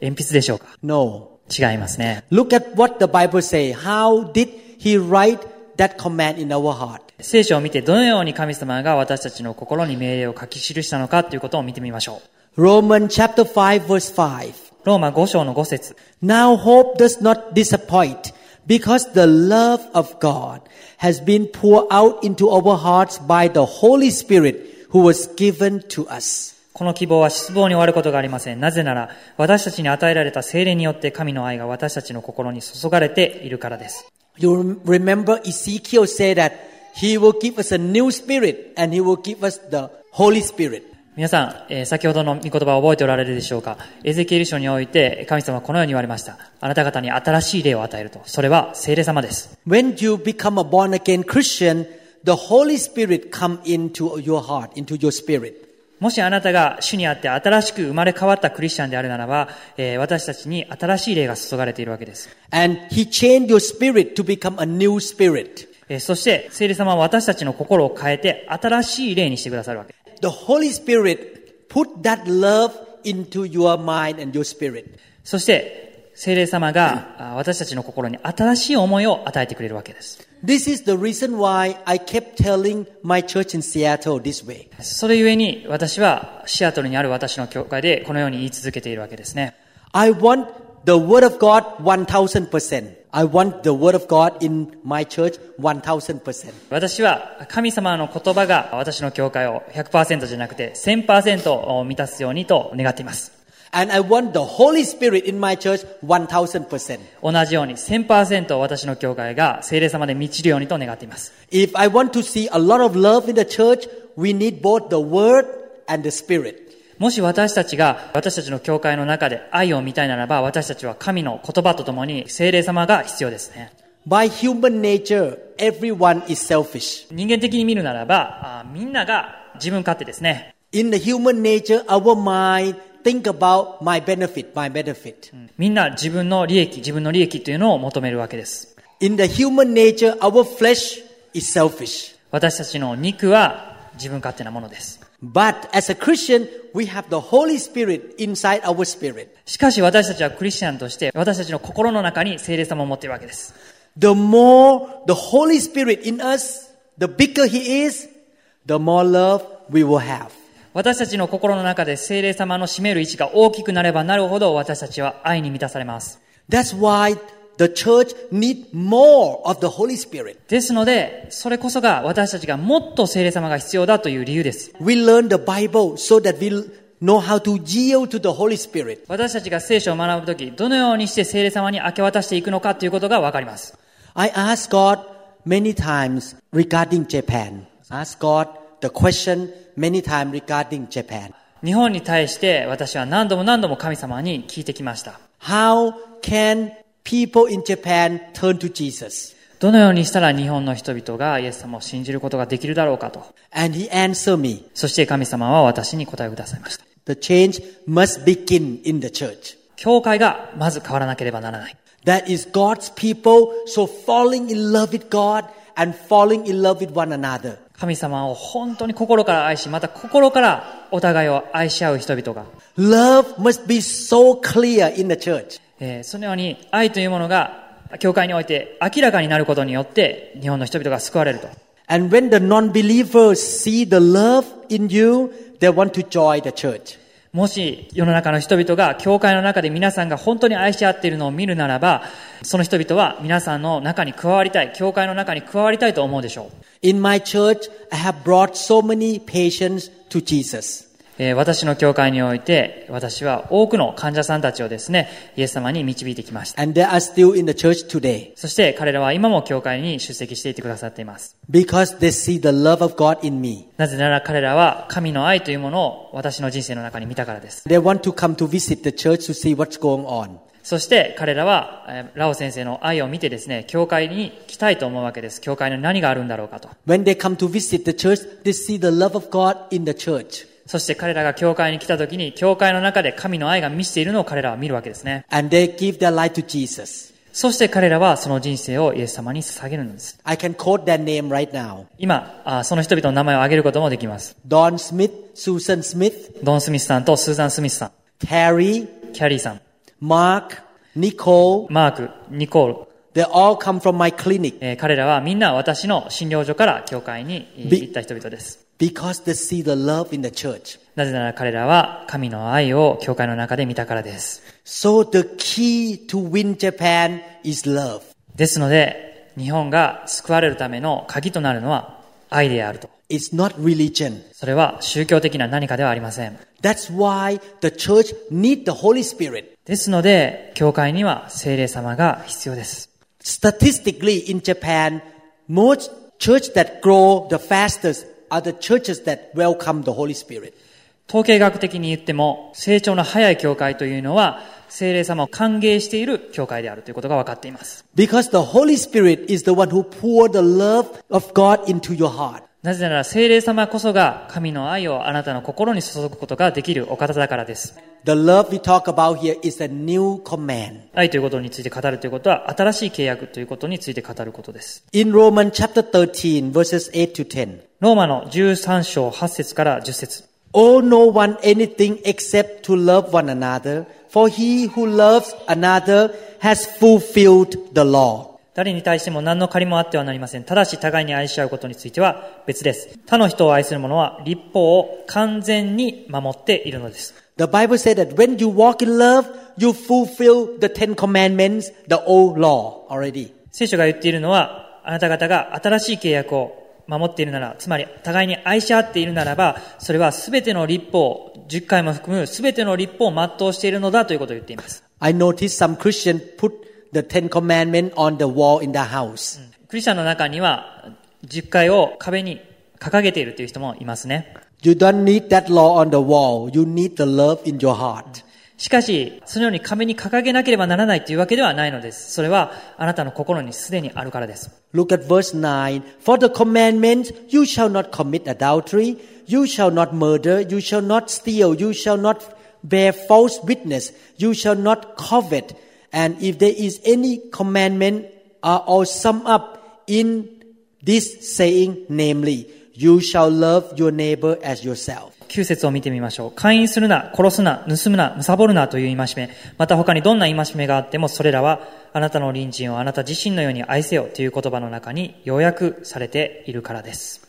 [SPEAKER 3] 鉛筆でしょうか
[SPEAKER 2] No.
[SPEAKER 3] 違いますね。
[SPEAKER 2] Look at what the Bible says. How did he write that command in our heart?
[SPEAKER 3] 聖書を見てどのように神様が私たちの心に命令を書き記したのかということを見てみましょ
[SPEAKER 2] Romans chapter 5 verse 5.
[SPEAKER 3] う。ローマ5章の5節
[SPEAKER 2] Now hope does not disappoint because the love of God has been poured out into our hearts by the Holy Spirit who was given to us.
[SPEAKER 3] この希望は失望に終わることがありません。なぜなら、私たちに与えられた精霊によって神の愛が私たちの心に注がれているからです。
[SPEAKER 2] You rem- remember Ezekiel said that he will give us a new spirit and he will give us the Holy Spirit.
[SPEAKER 3] 皆さん、えー先ほどの御言葉を覚えておられるでしょうかエゼキエル書において神様はこのように言われました。あなた方に新しい霊を与えると。それは聖霊様です。
[SPEAKER 2] When you become a born again Christian, the Holy Spirit come into your heart, into your spirit.
[SPEAKER 3] もしあなたが主にあって新しく生まれ変わったクリスチャンであるならば、えー私たちに新しい霊が注がれているわけです。
[SPEAKER 2] And he changed your spirit to become a new spirit.
[SPEAKER 3] えーそして聖霊様は私たちの心を変えて新しい霊にしてくださるわけ。
[SPEAKER 2] The Holy Spirit put that love into your mind and your spirit.
[SPEAKER 3] そして聖霊様があ私たちの心に新しい思いを与えてくれるわけです。
[SPEAKER 2] This is the reason why I kept telling my church in Seattle this way.
[SPEAKER 3] それゆえに私はシアトルにある私の教会でこのように言い続けているわけですね。
[SPEAKER 2] I want the Word of God 1000%. I want the Word of God in my church 1000%.
[SPEAKER 3] 私は神様の言葉が私の教会を100%じゃなくて1000%を満たすようにと願っています。
[SPEAKER 2] And I want the Holy Spirit in my church 1000%.
[SPEAKER 3] 同じように1000%私の教会が聖霊様で満ちるようにと願っています。
[SPEAKER 2] If I want to see a lot of love in the church, we need both the Word and the Spirit.
[SPEAKER 3] もし私たちが私たちの教会の中で愛を見たいならば、私たちは神の言葉とともに精霊様が必要ですね。
[SPEAKER 2] By human nature, everyone is selfish.
[SPEAKER 3] 人間的に見るならば、あみんなが自分勝手ですね。
[SPEAKER 2] In the human nature, our mind think about my benefit, my benefit.
[SPEAKER 3] みんな自分の利益、自分の利益というのを求めるわけです。
[SPEAKER 2] In the human nature, our flesh is selfish.
[SPEAKER 3] 私たちの肉は自分勝手なものです。
[SPEAKER 2] But as a Christian, we have the Holy Spirit inside our spirit.
[SPEAKER 3] しかし私たちはクリスチャンとして、私たちの心の中に精霊様を持っているわけです。
[SPEAKER 2] The more the Holy Spirit in us, the bigger He is, the more love we will have.
[SPEAKER 3] 私たちの心の中で精霊様の占める位置が大きくなればなるほど私たちは愛に満たされます。
[SPEAKER 2] That's why the church need more of the Holy Spirit.
[SPEAKER 3] ですので、それこそが私たちがもっと精霊様が必要だという理由です。
[SPEAKER 2] We learn the Bible so that we know how to yield to the Holy Spirit.
[SPEAKER 3] 私たちが聖書を学ぶとき、どのようにして精霊様に明け渡していくのかということがわかります。
[SPEAKER 2] I asked God many times regarding Japan. Asked God the question many times regarding Japan.
[SPEAKER 3] 日本に対して私は何度も何度も神様に聞いてきました。
[SPEAKER 2] How can people in Japan turn to Jesus?
[SPEAKER 3] どのようにしたら日本の人々がイエス様を信じることができるだろうかと。
[SPEAKER 2] And he answered me,
[SPEAKER 3] そして神様は私に答えをくださいました。
[SPEAKER 2] the change must begin in the church.
[SPEAKER 3] 教会がまず変わらなければならない。
[SPEAKER 2] That is God's people, so falling in love with God and falling in love with one another.
[SPEAKER 3] 神様を本当に心から愛し、また心からお互いを愛し合う人々が、
[SPEAKER 2] Love must be so clear in the church.
[SPEAKER 3] えーそのように愛というものが、教会において明らかになることによって、日本の人々が救われると。
[SPEAKER 2] And when the non-believers see the love in you, they want to join the church.
[SPEAKER 3] もし世の中の人々が教会の中で皆さんが本当に愛し合っているのを見るならば、その人々は皆さんの中に加わりたい、教会の中に加わりたいと思うでしょう。
[SPEAKER 2] In my church, I have brought so many patients to Jesus.
[SPEAKER 3] えー私の教会において、私は多くの患者さんたちをですね、イエス様に導いてきました。
[SPEAKER 2] And they are still in the church today
[SPEAKER 3] そして彼らは今も教会に出席していてくださっています。
[SPEAKER 2] because they see the love of God in me.
[SPEAKER 3] なぜなら彼らは神の愛というものを私の人生の中に見たからです。
[SPEAKER 2] They want to come to visit the church to see what's going on.
[SPEAKER 3] そして彼らは、えーラオ先生の愛を見てですね、教会に来たいと思うわけです。教会に何があるんだろうかと。
[SPEAKER 2] When they come to visit the church, they see the love of God in the church.
[SPEAKER 3] そして彼らが教会に来た時に、教会の中で神の愛が満ちているのを彼らは見るわけですね。
[SPEAKER 2] And they give their life to Jesus.
[SPEAKER 3] そして彼らはその人生をイエス様に捧げるんです。
[SPEAKER 2] I can quote their name right now.
[SPEAKER 3] 今、あその人々の名前を挙げることもできます。
[SPEAKER 2] Don Smith, Susan Smith,
[SPEAKER 3] ドン・スミスさんとスーザン・スミスさ
[SPEAKER 2] Terry,
[SPEAKER 3] ん、キャリーさん、
[SPEAKER 2] Mark, Nicole,
[SPEAKER 3] マーク、ニコール、
[SPEAKER 2] they all come from my clinic
[SPEAKER 3] えー彼らはみんな私の診療所から教会にえー
[SPEAKER 2] び
[SPEAKER 3] 行った人々です。
[SPEAKER 2] because they see the love in the church.
[SPEAKER 3] なぜなら彼らは神の愛を教会の中で見たからです。
[SPEAKER 2] So the key to win Japan is love.
[SPEAKER 3] ですので、日本が救われるための鍵となるのは愛であると。
[SPEAKER 2] It's not religion.
[SPEAKER 3] それは宗教的な何かではありません。
[SPEAKER 2] That's why the church need the Holy Spirit.
[SPEAKER 3] ですので、教会には聖霊様が必要です。
[SPEAKER 2] Statistically in Japan, most church that grow the fastest are the churches that welcome the Holy Spirit.
[SPEAKER 3] 統計学的に言っても、成長の早い教会というのは、聖霊様を歓迎している教会であるということが分かっています。
[SPEAKER 2] Because the Holy Spirit is the one who pour the love of God into your heart.
[SPEAKER 3] なぜなら聖霊様こそが神の愛をあなたの心に注ぐことができるお方だからです。
[SPEAKER 2] The love we talk about here is a new command.
[SPEAKER 3] 愛ということについて語るということは新しい契約ということについて語ることです。
[SPEAKER 2] In Romans chapter 13 verses 8 to 10.
[SPEAKER 3] ローマの13章8節から10節
[SPEAKER 2] Owe no one anything except to love one another, for he who loves another has fulfilled the law.
[SPEAKER 3] 誰に対しても何の借りもあってはなりません。ただし互いに愛し合うことについては別です。他の人を愛する者は立法を完全に守っているのです。
[SPEAKER 2] The Bible says that when you walk in love, you fulfill the Ten Commandments, the old law already.
[SPEAKER 3] 聖書が言っているのは、あなた方が新しい契約を守っているなら、つまり互いに愛し合っているならば、それはすべての立法、10回も含むすべての立法を全うしているのだということを言っています。
[SPEAKER 2] I noticed some Christians put the Ten Commandments on the wall in their house.
[SPEAKER 3] クリスチャンの中には、10回を壁に掲げているという人もいますね。
[SPEAKER 2] You don't need that law on the wall. You need the love in your heart.
[SPEAKER 3] しかし、そのように壁に掲げなければならないというわけではないのです。それは、あなたの心にすでにあるからです。
[SPEAKER 2] Look at verse 9. For the commandment, you shall not commit adultery, you shall not murder, you shall not steal, you shall not bear false witness, you shall not covet. And if there is any commandment, are all summed up in this saying, namely, you shall love your neighbor as yourself.
[SPEAKER 3] 9節を見てみましょう。会員するな、殺すな、盗むな、貪るなという戒め。また他にどんな戒めがあっても、それらは、あなたの隣人をあなた自身のように愛せよという言葉の中に要約されているからです。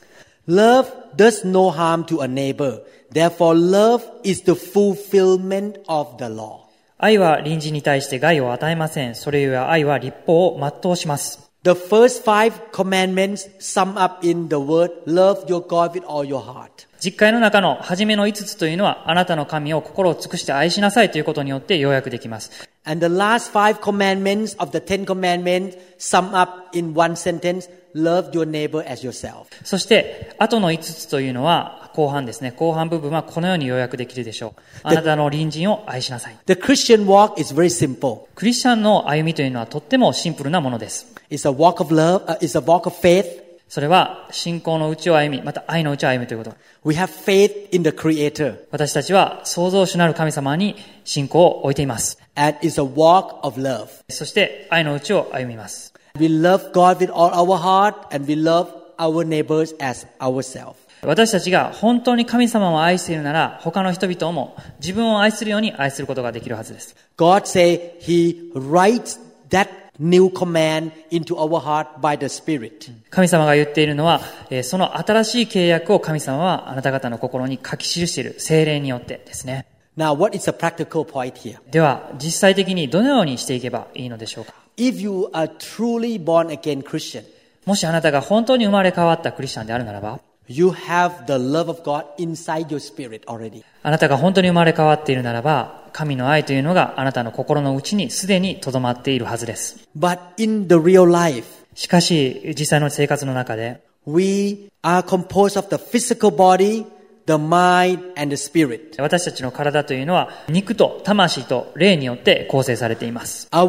[SPEAKER 2] Love does no harm to a neighbor. Therefore, love is the fulfillment of the law.
[SPEAKER 3] 愛は隣人に対して害を与えません。それゆえ愛は立法を全うします。
[SPEAKER 2] The first five commandments sum up in the word love your God with all your heart.
[SPEAKER 3] 実会の中の初めの5つというのは、あなたの神を心を尽くして愛しなさいということによって要約できます。
[SPEAKER 2] And the last five commandments of the Ten Commandments sum up in one sentence love your neighbor as yourself.
[SPEAKER 3] そして、後の5つというのは、後半ですね。後半部分はこのように要約できるでしょう。あなたの隣人を愛しなさい。
[SPEAKER 2] The Christian walk is very simple
[SPEAKER 3] クリスチャンの歩みというのはとってもシンプルなものです。
[SPEAKER 2] it's a walk of love, uh, it's a walk of faith.
[SPEAKER 3] それは信仰のうちを歩み、また愛のうちを歩むということ。
[SPEAKER 2] We have faith in the Creator,
[SPEAKER 3] 私たちは創造主なる神様に信仰を置いています。
[SPEAKER 2] and it's a walk of love.
[SPEAKER 3] そして愛のうちを歩みます。
[SPEAKER 2] We love God with all our heart, and we love our neighbors as ourselves.
[SPEAKER 3] 私たちが本当に神様を愛しているなら、他の人々も自分を愛するように愛することができるはずです。
[SPEAKER 2] God say He writes that new command into our heart by the Spirit.
[SPEAKER 3] 神様が言っているのは、えーその新しい契約を神様はあなた方の心に書き記している精霊によってですね。
[SPEAKER 2] Now, what is the practical point here?
[SPEAKER 3] では、実際的にどのようにしていけばいいのでしょうか
[SPEAKER 2] If you are truly born again Christian,
[SPEAKER 3] もしあなたが本当に生まれ変わったクリスチャンであるならば、
[SPEAKER 2] you have the love of God inside your spirit already.
[SPEAKER 3] あなたが本当に生まれ変わっているならば、神の愛というのがあなたの心の内にすでに留まっているはずです。
[SPEAKER 2] But in the real life,
[SPEAKER 3] しかし、実際の生活の中で、
[SPEAKER 2] we are composed of the physical body, the mind, and the spirit.
[SPEAKER 3] 私たちの体というのは、肉と魂と霊によって構成されています。
[SPEAKER 2] Our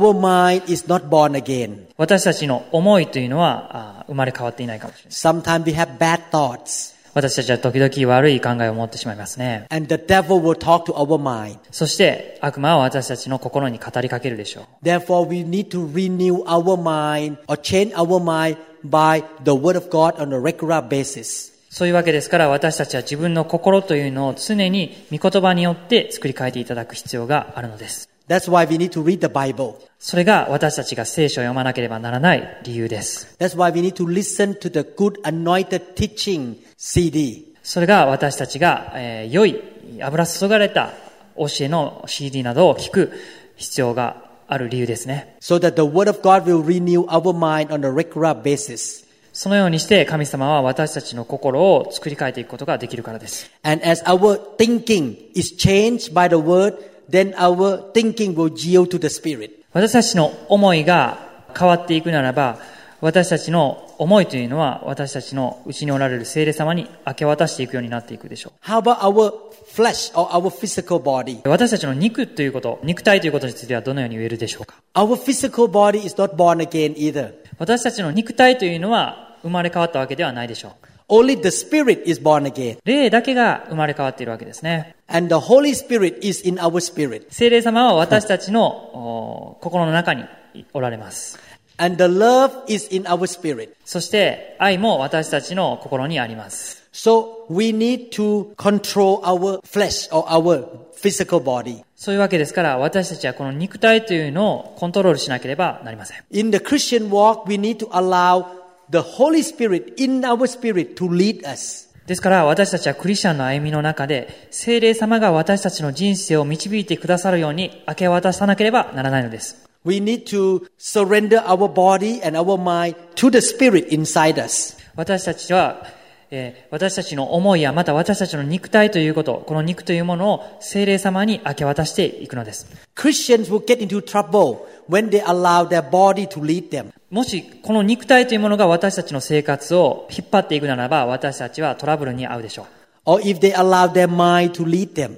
[SPEAKER 2] mind is not born again.
[SPEAKER 3] 私たちの思いというのは、あ生まれ変わっていないかもしれない。
[SPEAKER 2] Sometimes we have bad thoughts,
[SPEAKER 3] 私たちは時々悪い考えを持ってしまいますね。
[SPEAKER 2] and the devil will talk to our mind.
[SPEAKER 3] そして、悪魔は私たちの心に語りかけるでしょう。
[SPEAKER 2] Therefore, we need to renew our mind or change our mind by the Word of God on a regular basis.
[SPEAKER 3] そういうわけですから私たちは自分の心というのを常に御言葉によって作り変えていただく必要があるのです。
[SPEAKER 2] That's why we need to read the Bible.
[SPEAKER 3] それが私たちが聖書を読まなければならない理由です。
[SPEAKER 2] That's why we need to listen to the good anointed teaching CD.
[SPEAKER 3] それが私たちが、えー良い、油注がれた教えの CD などを聞く必要がある理由ですね。
[SPEAKER 2] So that the Word of God will renew our mind on a regular basis.
[SPEAKER 3] そのようにして神様は私たちの心を作り変えていくことができるからです。
[SPEAKER 2] And as our thinking is changed by the Word, then our thinking will yield to the Spirit.
[SPEAKER 3] 私たちの思いが変わっていくならば、私たちの思いというのは、私たちのうちにおられる聖霊様に明け渡していくようになっていくでしょ
[SPEAKER 2] How about our flesh or our physical body?
[SPEAKER 3] う。私たちの肉ということ、肉体ということについてはどのように言えるでしょうか。
[SPEAKER 2] Our physical body is not born again either.
[SPEAKER 3] 私たちの肉体というのは生まれ変わったわけではないでしょう。
[SPEAKER 2] Only the Spirit is born again.
[SPEAKER 3] 霊だけが生まれ変わっているわけですね。
[SPEAKER 2] And the Holy Spirit is in our spirit.
[SPEAKER 3] 聖霊様は私たちのお心の中におられます。
[SPEAKER 2] And the love is in our spirit.
[SPEAKER 3] そして愛も私たちの心にあります。
[SPEAKER 2] So we need to control our flesh or our physical body.
[SPEAKER 3] そういうわけですから、私たちはこの肉体というのをコントロールしなければなりません。
[SPEAKER 2] In the Christian walk, we need to allow the Holy Spirit in our spirit to lead us.
[SPEAKER 3] ですから、私たちはクリスチャンの歩みの中で、聖霊様が私たちの人生を導いてくださるように明け渡さなければならないのです。
[SPEAKER 2] We need to surrender our body and our mind to the Spirit inside us.
[SPEAKER 3] 私たちは、えー私たちの思いや、また私たちの肉体ということ、この肉というものを聖霊様に明け渡していくのです。
[SPEAKER 2] Christians will get into trouble when they allow their body to lead them.
[SPEAKER 3] もし、この肉体というものが私たちの生活を引っ張っていくならば、私たちはトラブルに遭うでしょう。
[SPEAKER 2] or if they allow their mind to lead them.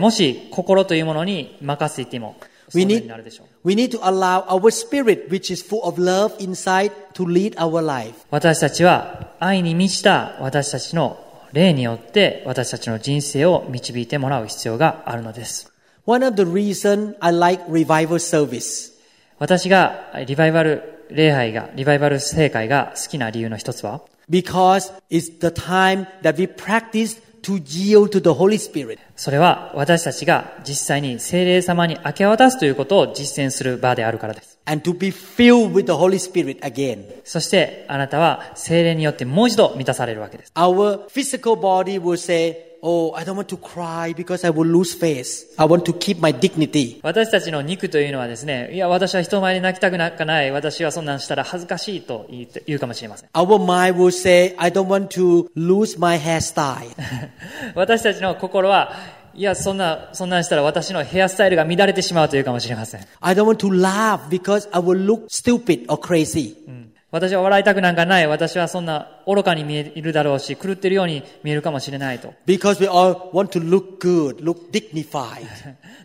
[SPEAKER 3] もし心というものに任せても、そう
[SPEAKER 2] We
[SPEAKER 3] いうように
[SPEAKER 2] need,
[SPEAKER 3] なるでしょう。
[SPEAKER 2] we need to allow our spirit, which is full of love inside, to lead our life.
[SPEAKER 3] 私たちは愛に満ちた私たちの霊によって私たちの人生を導いてもらう必要があるのです。
[SPEAKER 2] One of the reasons I like revival service
[SPEAKER 3] 私がリバイバル礼拝が、リバイバル聖会が好きな理由の一つは、
[SPEAKER 2] because it's the time that we practice to yield to the Holy Spirit.
[SPEAKER 3] それは私たちが実際に聖霊様に明け渡すということを実践する場であるからです。
[SPEAKER 2] and to be filled with the Holy Spirit again.
[SPEAKER 3] そしてあなたは聖霊によってもう一度満たされるわけです。
[SPEAKER 2] Our physical body will say, Oh, I don't want to cry because I will lose face. I want to keep my dignity.
[SPEAKER 3] 私たちの肉というのはですね、いや、私は人前で泣きたくなんかない、私はそんなんしたら恥ずかしいと言って言うかもしれません。
[SPEAKER 2] Our mind will say, I don't want to lose my hairstyle.
[SPEAKER 3] 私たちの心は、いや、そんな、そんなんしたら私のヘアスタイルが乱れてしまうというかもしれません。
[SPEAKER 2] I don't want to laugh because I will look stupid or crazy.
[SPEAKER 3] うん私は笑いたくなんかない、私はそんな愚かに見えるだろうし、狂ってるように見えるかもしれないと。
[SPEAKER 2] Because we all want to look good, look dignified.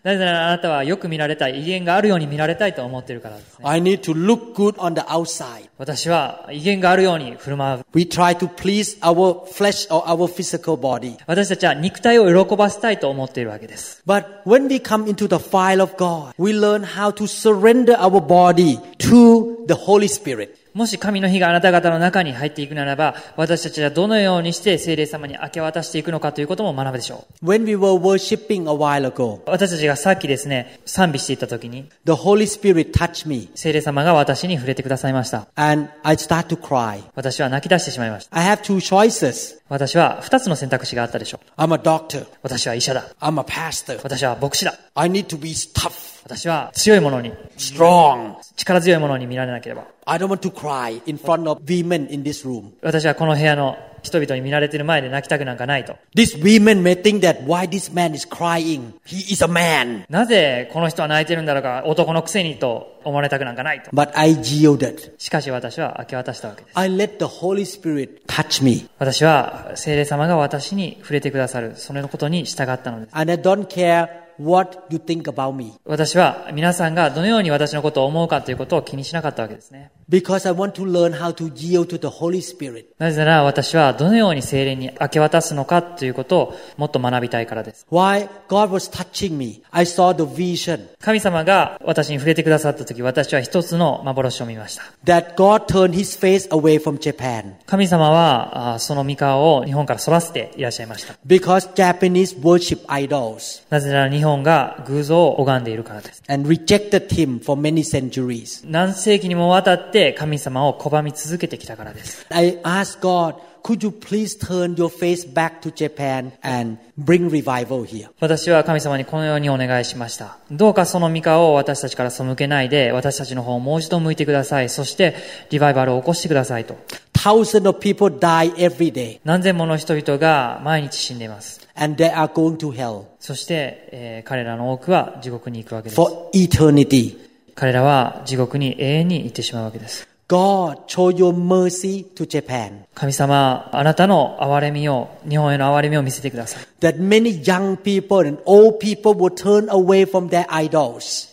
[SPEAKER 3] なぜならあなたはよく見られたい、威厳があるように見られたいと思っているからですね。
[SPEAKER 2] I need to look good on the outside.
[SPEAKER 3] 私は威厳があるように振る舞う。
[SPEAKER 2] We try to please our flesh or our physical body.
[SPEAKER 3] 私たちは肉体を喜ばせたいと思っているわけです。
[SPEAKER 2] But when we come into the file of God, we learn how to surrender our body to the Holy Spirit.
[SPEAKER 3] もし神の日があなた方の中に入っていくならば、私たちはどのようにして聖霊様に明け渡していくのかということも学ぶでしょう。
[SPEAKER 2] When we were worshiping a while ago,
[SPEAKER 3] 私たちがさっきですね、賛美していた時に、
[SPEAKER 2] the Holy Spirit touched me
[SPEAKER 3] 聖霊様が私に触れてくださいました。
[SPEAKER 2] and I start to cry.
[SPEAKER 3] 私は泣き出してしまいました。
[SPEAKER 2] I have two choices.
[SPEAKER 3] 私は二つの選択肢があったでしょう。
[SPEAKER 2] I'm a doctor.
[SPEAKER 3] 私は医者だ。
[SPEAKER 2] I'm a pastor.
[SPEAKER 3] 私は牧師だ。
[SPEAKER 2] I need to be tough,
[SPEAKER 3] 私は強いものに、
[SPEAKER 2] strong.
[SPEAKER 3] 力強いものに見られなければ。
[SPEAKER 2] I don't want to cry in front of women in this room.
[SPEAKER 3] 私はこの部屋の人々に見られている前で泣きたくなんかないと。
[SPEAKER 2] These women may think that why this man is crying. He is a man.
[SPEAKER 3] なぜこの人は泣いてるんだろうか、男のくせにと思われたくなんかないと。
[SPEAKER 2] But I yielded.
[SPEAKER 3] しかし私は明け渡したわけです。
[SPEAKER 2] I let the Holy Spirit touch me.
[SPEAKER 3] 私は聖霊様が私に触れてくださる、そのことに従ったのです。
[SPEAKER 2] and I don't care what you think about me
[SPEAKER 3] 私は皆さんがどのように私のことを思うかということを気にしなかったわけですね。
[SPEAKER 2] because I want to learn how to yield to the Holy Spirit.
[SPEAKER 3] なぜなら私はどのように聖霊に明け渡すのかということをもっと学びたいからです。
[SPEAKER 2] Why God was touching me, I saw the vision
[SPEAKER 3] 神様が私に触れてくださった時、私は一つの幻を見ました。
[SPEAKER 2] that God turned his face away from Japan
[SPEAKER 3] 神様はあその御顔を日本から反らせていらっしゃいました。
[SPEAKER 2] because Japanese worship idols
[SPEAKER 3] なぜなら日本が偶像を拝んでいるからです。
[SPEAKER 2] and rejected him for many centuries.
[SPEAKER 3] 何世紀にもわたって神様を拒み続けてきたからです。
[SPEAKER 2] I asked God, could you please turn your face back to Japan and bring revival here?
[SPEAKER 3] 私は神様にこのようにお願いしました。どうかその御顔を私たちから背けないで、私たちの方をもう一度向いてください。そして、リバイバルを起こしてくださいと。
[SPEAKER 2] Thousands of people die every day
[SPEAKER 3] 何千もの人々が毎日死んでいます。
[SPEAKER 2] and they are going to hell
[SPEAKER 3] そして、えー彼らの多くは地獄に行くわけです。
[SPEAKER 2] for eternity.
[SPEAKER 3] 彼らは地獄に永遠に行ってしまうわけです。
[SPEAKER 2] God, show your mercy to Japan
[SPEAKER 3] 神様、あなたの憐れみを、日本への憐れみを見せてください。
[SPEAKER 2] that many young people and old people will turn away from their idols,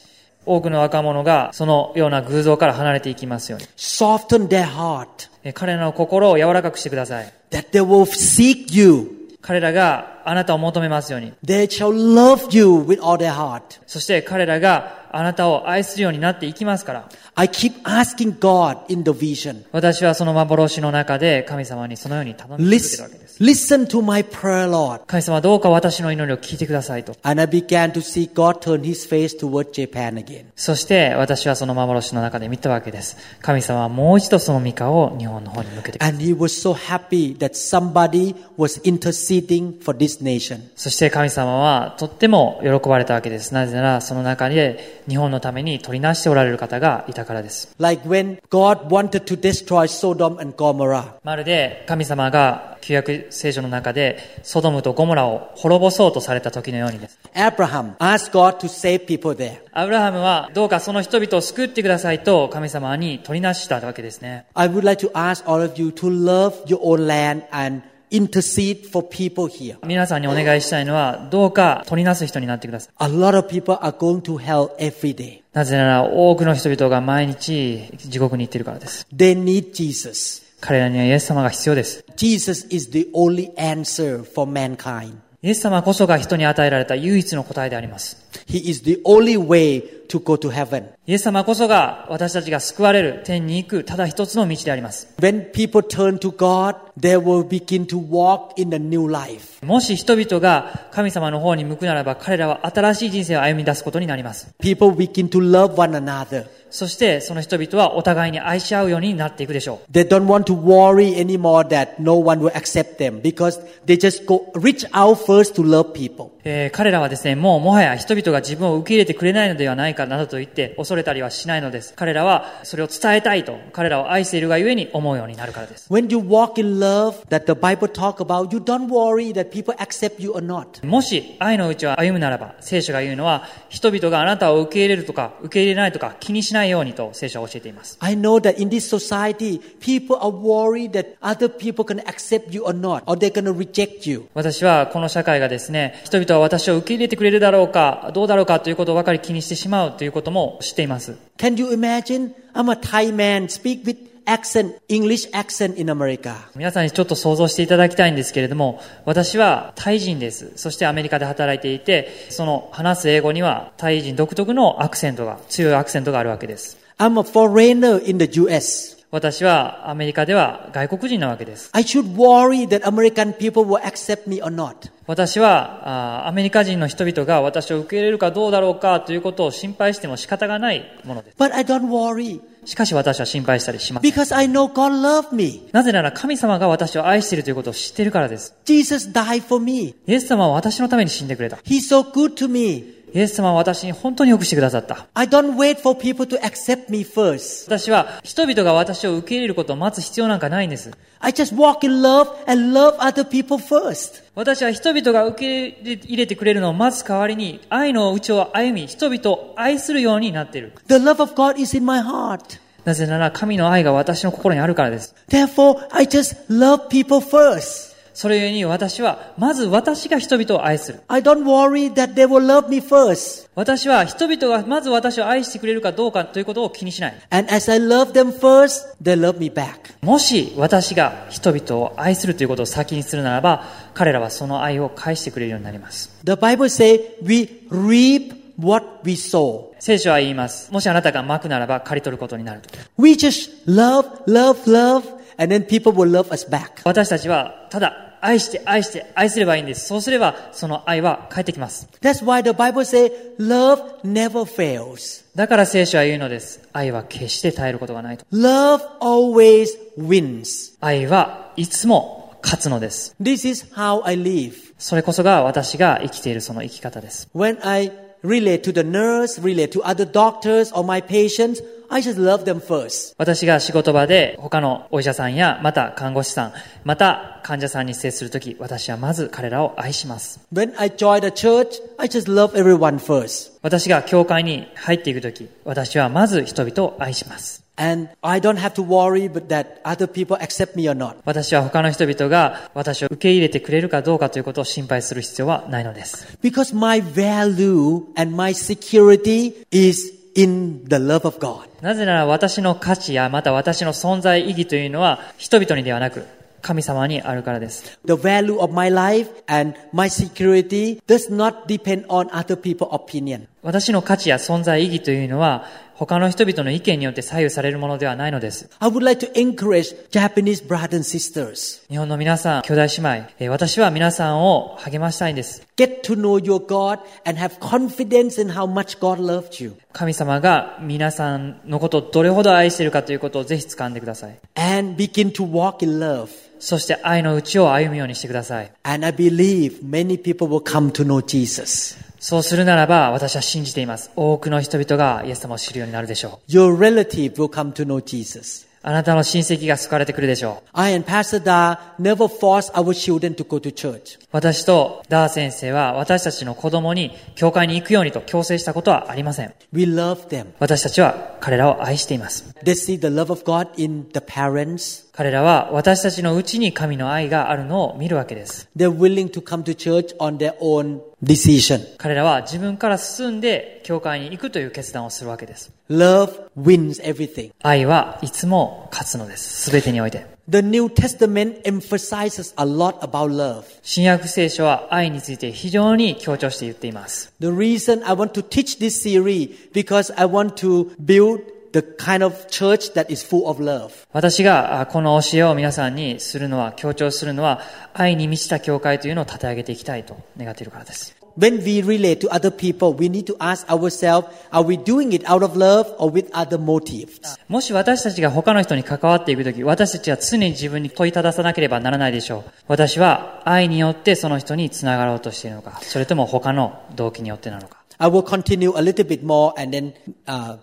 [SPEAKER 3] 多くの若者がそのような偶像から離れていきますように。
[SPEAKER 2] soften their heart,
[SPEAKER 3] え彼らの心を柔らかくしてください。
[SPEAKER 2] that they will seek you.
[SPEAKER 3] 彼らがあなたを求めますように。
[SPEAKER 2] They shall love you with all their heart.
[SPEAKER 3] そして彼らがあなたを愛するようになっていきますから。
[SPEAKER 2] I keep asking God in the vision.
[SPEAKER 3] 私はその幻の中で神様にそのように頼み続けるわ
[SPEAKER 2] Listen,
[SPEAKER 3] けです。
[SPEAKER 2] listen to my prayer, Lord.
[SPEAKER 3] 神様どうか私の祈りを聞いてくださいと。
[SPEAKER 2] And I began to see God turn his face toward Japan again.
[SPEAKER 3] そして私はその幻の中で見たわけです。神様はもう一度その御顔を日本の方に向けてください
[SPEAKER 2] And he was so happy that somebody was interceding for this nation.
[SPEAKER 3] そして神様はとっても喜ばれたわけです。なぜならその中で日本のために取りなしておられる方がいたからです。
[SPEAKER 2] Like when God wanted to destroy Sodom and Gomorrah.
[SPEAKER 3] まるで神様が旧約聖書の中でソドムとゴモラを滅ぼそうとされた時のようにです。
[SPEAKER 2] Abraham asked God to save people there.
[SPEAKER 3] アブラハムはどうかその人々を救ってくださいと神様に取りなしたわけですね。
[SPEAKER 2] I would like to ask all of you to love your own land and intercede for people here.
[SPEAKER 3] 皆さんにお願いしたいのは、どうか取りなす人になってください。
[SPEAKER 2] A lot of people are going to hell every day.
[SPEAKER 3] なぜなら、多くの人々が毎日地獄に行っているからです。
[SPEAKER 2] They need Jesus.
[SPEAKER 3] 彼らにはイエス様が必要です。
[SPEAKER 2] Jesus is the only answer for mankind.
[SPEAKER 3] イエス様こそが人に与えられた唯一の答えであります。
[SPEAKER 2] He is the only way to go to heaven.
[SPEAKER 3] イエス様こそが私たちが救われる天に行くただ一つの道であります。
[SPEAKER 2] When people turn to God, they will begin to walk in a new life.
[SPEAKER 3] もし人々が神様の方に向くならば彼らは新しい人生を歩み出すことになります。
[SPEAKER 2] People begin to love one another.
[SPEAKER 3] そしてその人々はお互いに愛し合うようになっていくでしょ
[SPEAKER 2] They don't want to worry anymore that no one will accept them because they just go reach out first to love people.
[SPEAKER 3] う。えー彼らはですね、もうもはや人々が自分を受け入れてくれないのではないかなどと言って恐れたりはしないのです。彼らはそれを伝えたいと、彼らを愛しているがゆえに思うようになるからです。
[SPEAKER 2] When you walk in love that the Bible talk about, you don't worry that people accept you or not.
[SPEAKER 3] もし愛のうちは歩むならば、聖書が言うのは、人々があなたを受け入れるとか、受け入れないとか気にしないようにと聖書は教えています。
[SPEAKER 2] I know that in this society, people are worried that other people can accept you or not, or they're gonna reject you.
[SPEAKER 3] 私はこの社会がですね、人々は私を受け入れてくれるだろうか、どうだろうかということばかり気にしてしまうということも知っています。
[SPEAKER 2] Can you imagine? I'm a Thai man, speak with accent, English accent in America.
[SPEAKER 3] 皆さんにちょっと想像していただきたいんですけれども、私はタイ人です。そしてアメリカで働いていて、その話す英語にはタイ人独特のアクセントが、強いアクセントがあるわけです。
[SPEAKER 2] I'm a foreigner in the US.
[SPEAKER 3] 私はアメリカでは外国人なわけです。
[SPEAKER 2] I should worry that American people will accept me or not.
[SPEAKER 3] 私はあーアメリカ人の人々が私を受け入れるかどうだろうかということを心配しても仕方がないもので
[SPEAKER 2] But I don't worry
[SPEAKER 3] す。しかし私は心配したりしません。
[SPEAKER 2] because I know God loved me.
[SPEAKER 3] なぜなら神様が私を愛しているということを知っているからです。
[SPEAKER 2] Jesus died for me.
[SPEAKER 3] イエス様は私のために死んでくれた。
[SPEAKER 2] He's so good to me.
[SPEAKER 3] イエス様は私に本当によくしてくださった。
[SPEAKER 2] I don't wait for people to accept me first.
[SPEAKER 3] 私は人々が私を受け入れることを待つ必要なんかないんです。
[SPEAKER 2] I just walk in love and love other people first.
[SPEAKER 3] 私は人々が受け入れてくれるのを待つ代わりに愛のうちを歩み、人々を愛するようになっている。
[SPEAKER 2] The love of God is in my heart.
[SPEAKER 3] なぜなら神の愛が私の心にあるからです。
[SPEAKER 2] Therefore, I just love people first.
[SPEAKER 3] それゆえに私は、まず私が人々を愛する。
[SPEAKER 2] I don't worry that they will love me first.
[SPEAKER 3] 私は人々がまず私を愛してくれるかどうかということを気にしない。
[SPEAKER 2] And as I love them first, they love me back.
[SPEAKER 3] もし私が人々を愛するということを先にするならば、彼らはその愛を返してくれるようになります。
[SPEAKER 2] The Bible says we reap what we sow.
[SPEAKER 3] 聖書は言います。もしあなたが巻くならば刈り取ることになると。
[SPEAKER 2] We just love, love, love, and then people will love us back.
[SPEAKER 3] 私たちは、ただ、愛して愛して愛すればいいんです。そうすれば、その愛は返ってきます。
[SPEAKER 2] That's why the Bible says love never fails.
[SPEAKER 3] だから聖書は言うのです。愛は決して耐えることがないと。
[SPEAKER 2] Love always wins.
[SPEAKER 3] 愛はいつも勝つのです。
[SPEAKER 2] This is how I live.
[SPEAKER 3] それこそが私が生きているその生き方です。
[SPEAKER 2] When I relate to the nurse, relate to other doctors or my patients, I just love them first.
[SPEAKER 3] 私が仕事場で他のお医者さんやまた看護師さん、また患者さんに接するとき、私はまず彼らを愛します。
[SPEAKER 2] When I join the church, I just love everyone first.
[SPEAKER 3] 私が教会に入っていくとき、私はまず人々を愛します。
[SPEAKER 2] And I don't have to worry but that other people accept me or not.
[SPEAKER 3] 私は他の人々が私を受け入れてくれるかどうかということを心配する必要はないのです。
[SPEAKER 2] Because my value and my security is in the love of God.
[SPEAKER 3] なぜなら私の価値やまた私の存在意義というのは人々にではなく神様にあるからです。
[SPEAKER 2] The value of my life and my security does not depend on other people's opinion.
[SPEAKER 3] 私の価値や存在意義というのは他の人々の意見によって左右されるものではないのです。
[SPEAKER 2] I would like to encourage Japanese brothers and sisters.
[SPEAKER 3] 日本の皆さん、兄弟姉妹、えー私は皆さんを励ましたいんです。
[SPEAKER 2] Get to know your God and have confidence in how much God loved you.
[SPEAKER 3] 神様が皆さんのことをどれほど愛しているかということをぜひ掴んでください。
[SPEAKER 2] And begin to walk in love.
[SPEAKER 3] そして愛のうちを歩むようにしてください。
[SPEAKER 2] And I believe many people will come to know Jesus.
[SPEAKER 3] そうするならば私は信じています。多くの人々がイエス様を知るようになるでしょう。
[SPEAKER 2] Your relative will come to know Jesus.
[SPEAKER 3] あなたの親戚が救われてくるでしょう。
[SPEAKER 2] I and Pastor Da never force our children to go to church.
[SPEAKER 3] 私とダー先生は私たちの子供に教会に行くようにと強制したことはありません。
[SPEAKER 2] We love them.
[SPEAKER 3] 私たちは彼らを愛しています。
[SPEAKER 2] They see the love of God in the parents.
[SPEAKER 3] 彼らは私たちのうちに神の愛があるのを見るわけです。
[SPEAKER 2] They're willing to come to church on their own decision.
[SPEAKER 3] 彼らは自分から進んで教会に行くという決断をするわけです。
[SPEAKER 2] Love wins everything.
[SPEAKER 3] 愛はいつも勝つのです。すべてにおいて。
[SPEAKER 2] The New Testament emphasizes a lot about love.
[SPEAKER 3] 新約聖書は愛について非常に強調して言っています。
[SPEAKER 2] The reason I want to teach this series because I want to build the kind of church that is full of love.
[SPEAKER 3] 私があこの教えを皆さんにするのは、強調するのは、愛に満ちた教会というのを立て上げていきたいと願っているからです。
[SPEAKER 2] When we relate to other people, we need to ask ourselves, are we doing it out of love or with other motives?
[SPEAKER 3] もし私たちが他の人に関わっていくとき、私たちは常に自分に問いたださなければならないでしょう。私は愛によってその人につながろうとしているのか、それとも他の動機によってなのか。
[SPEAKER 2] I will continue a little bit more and then uh,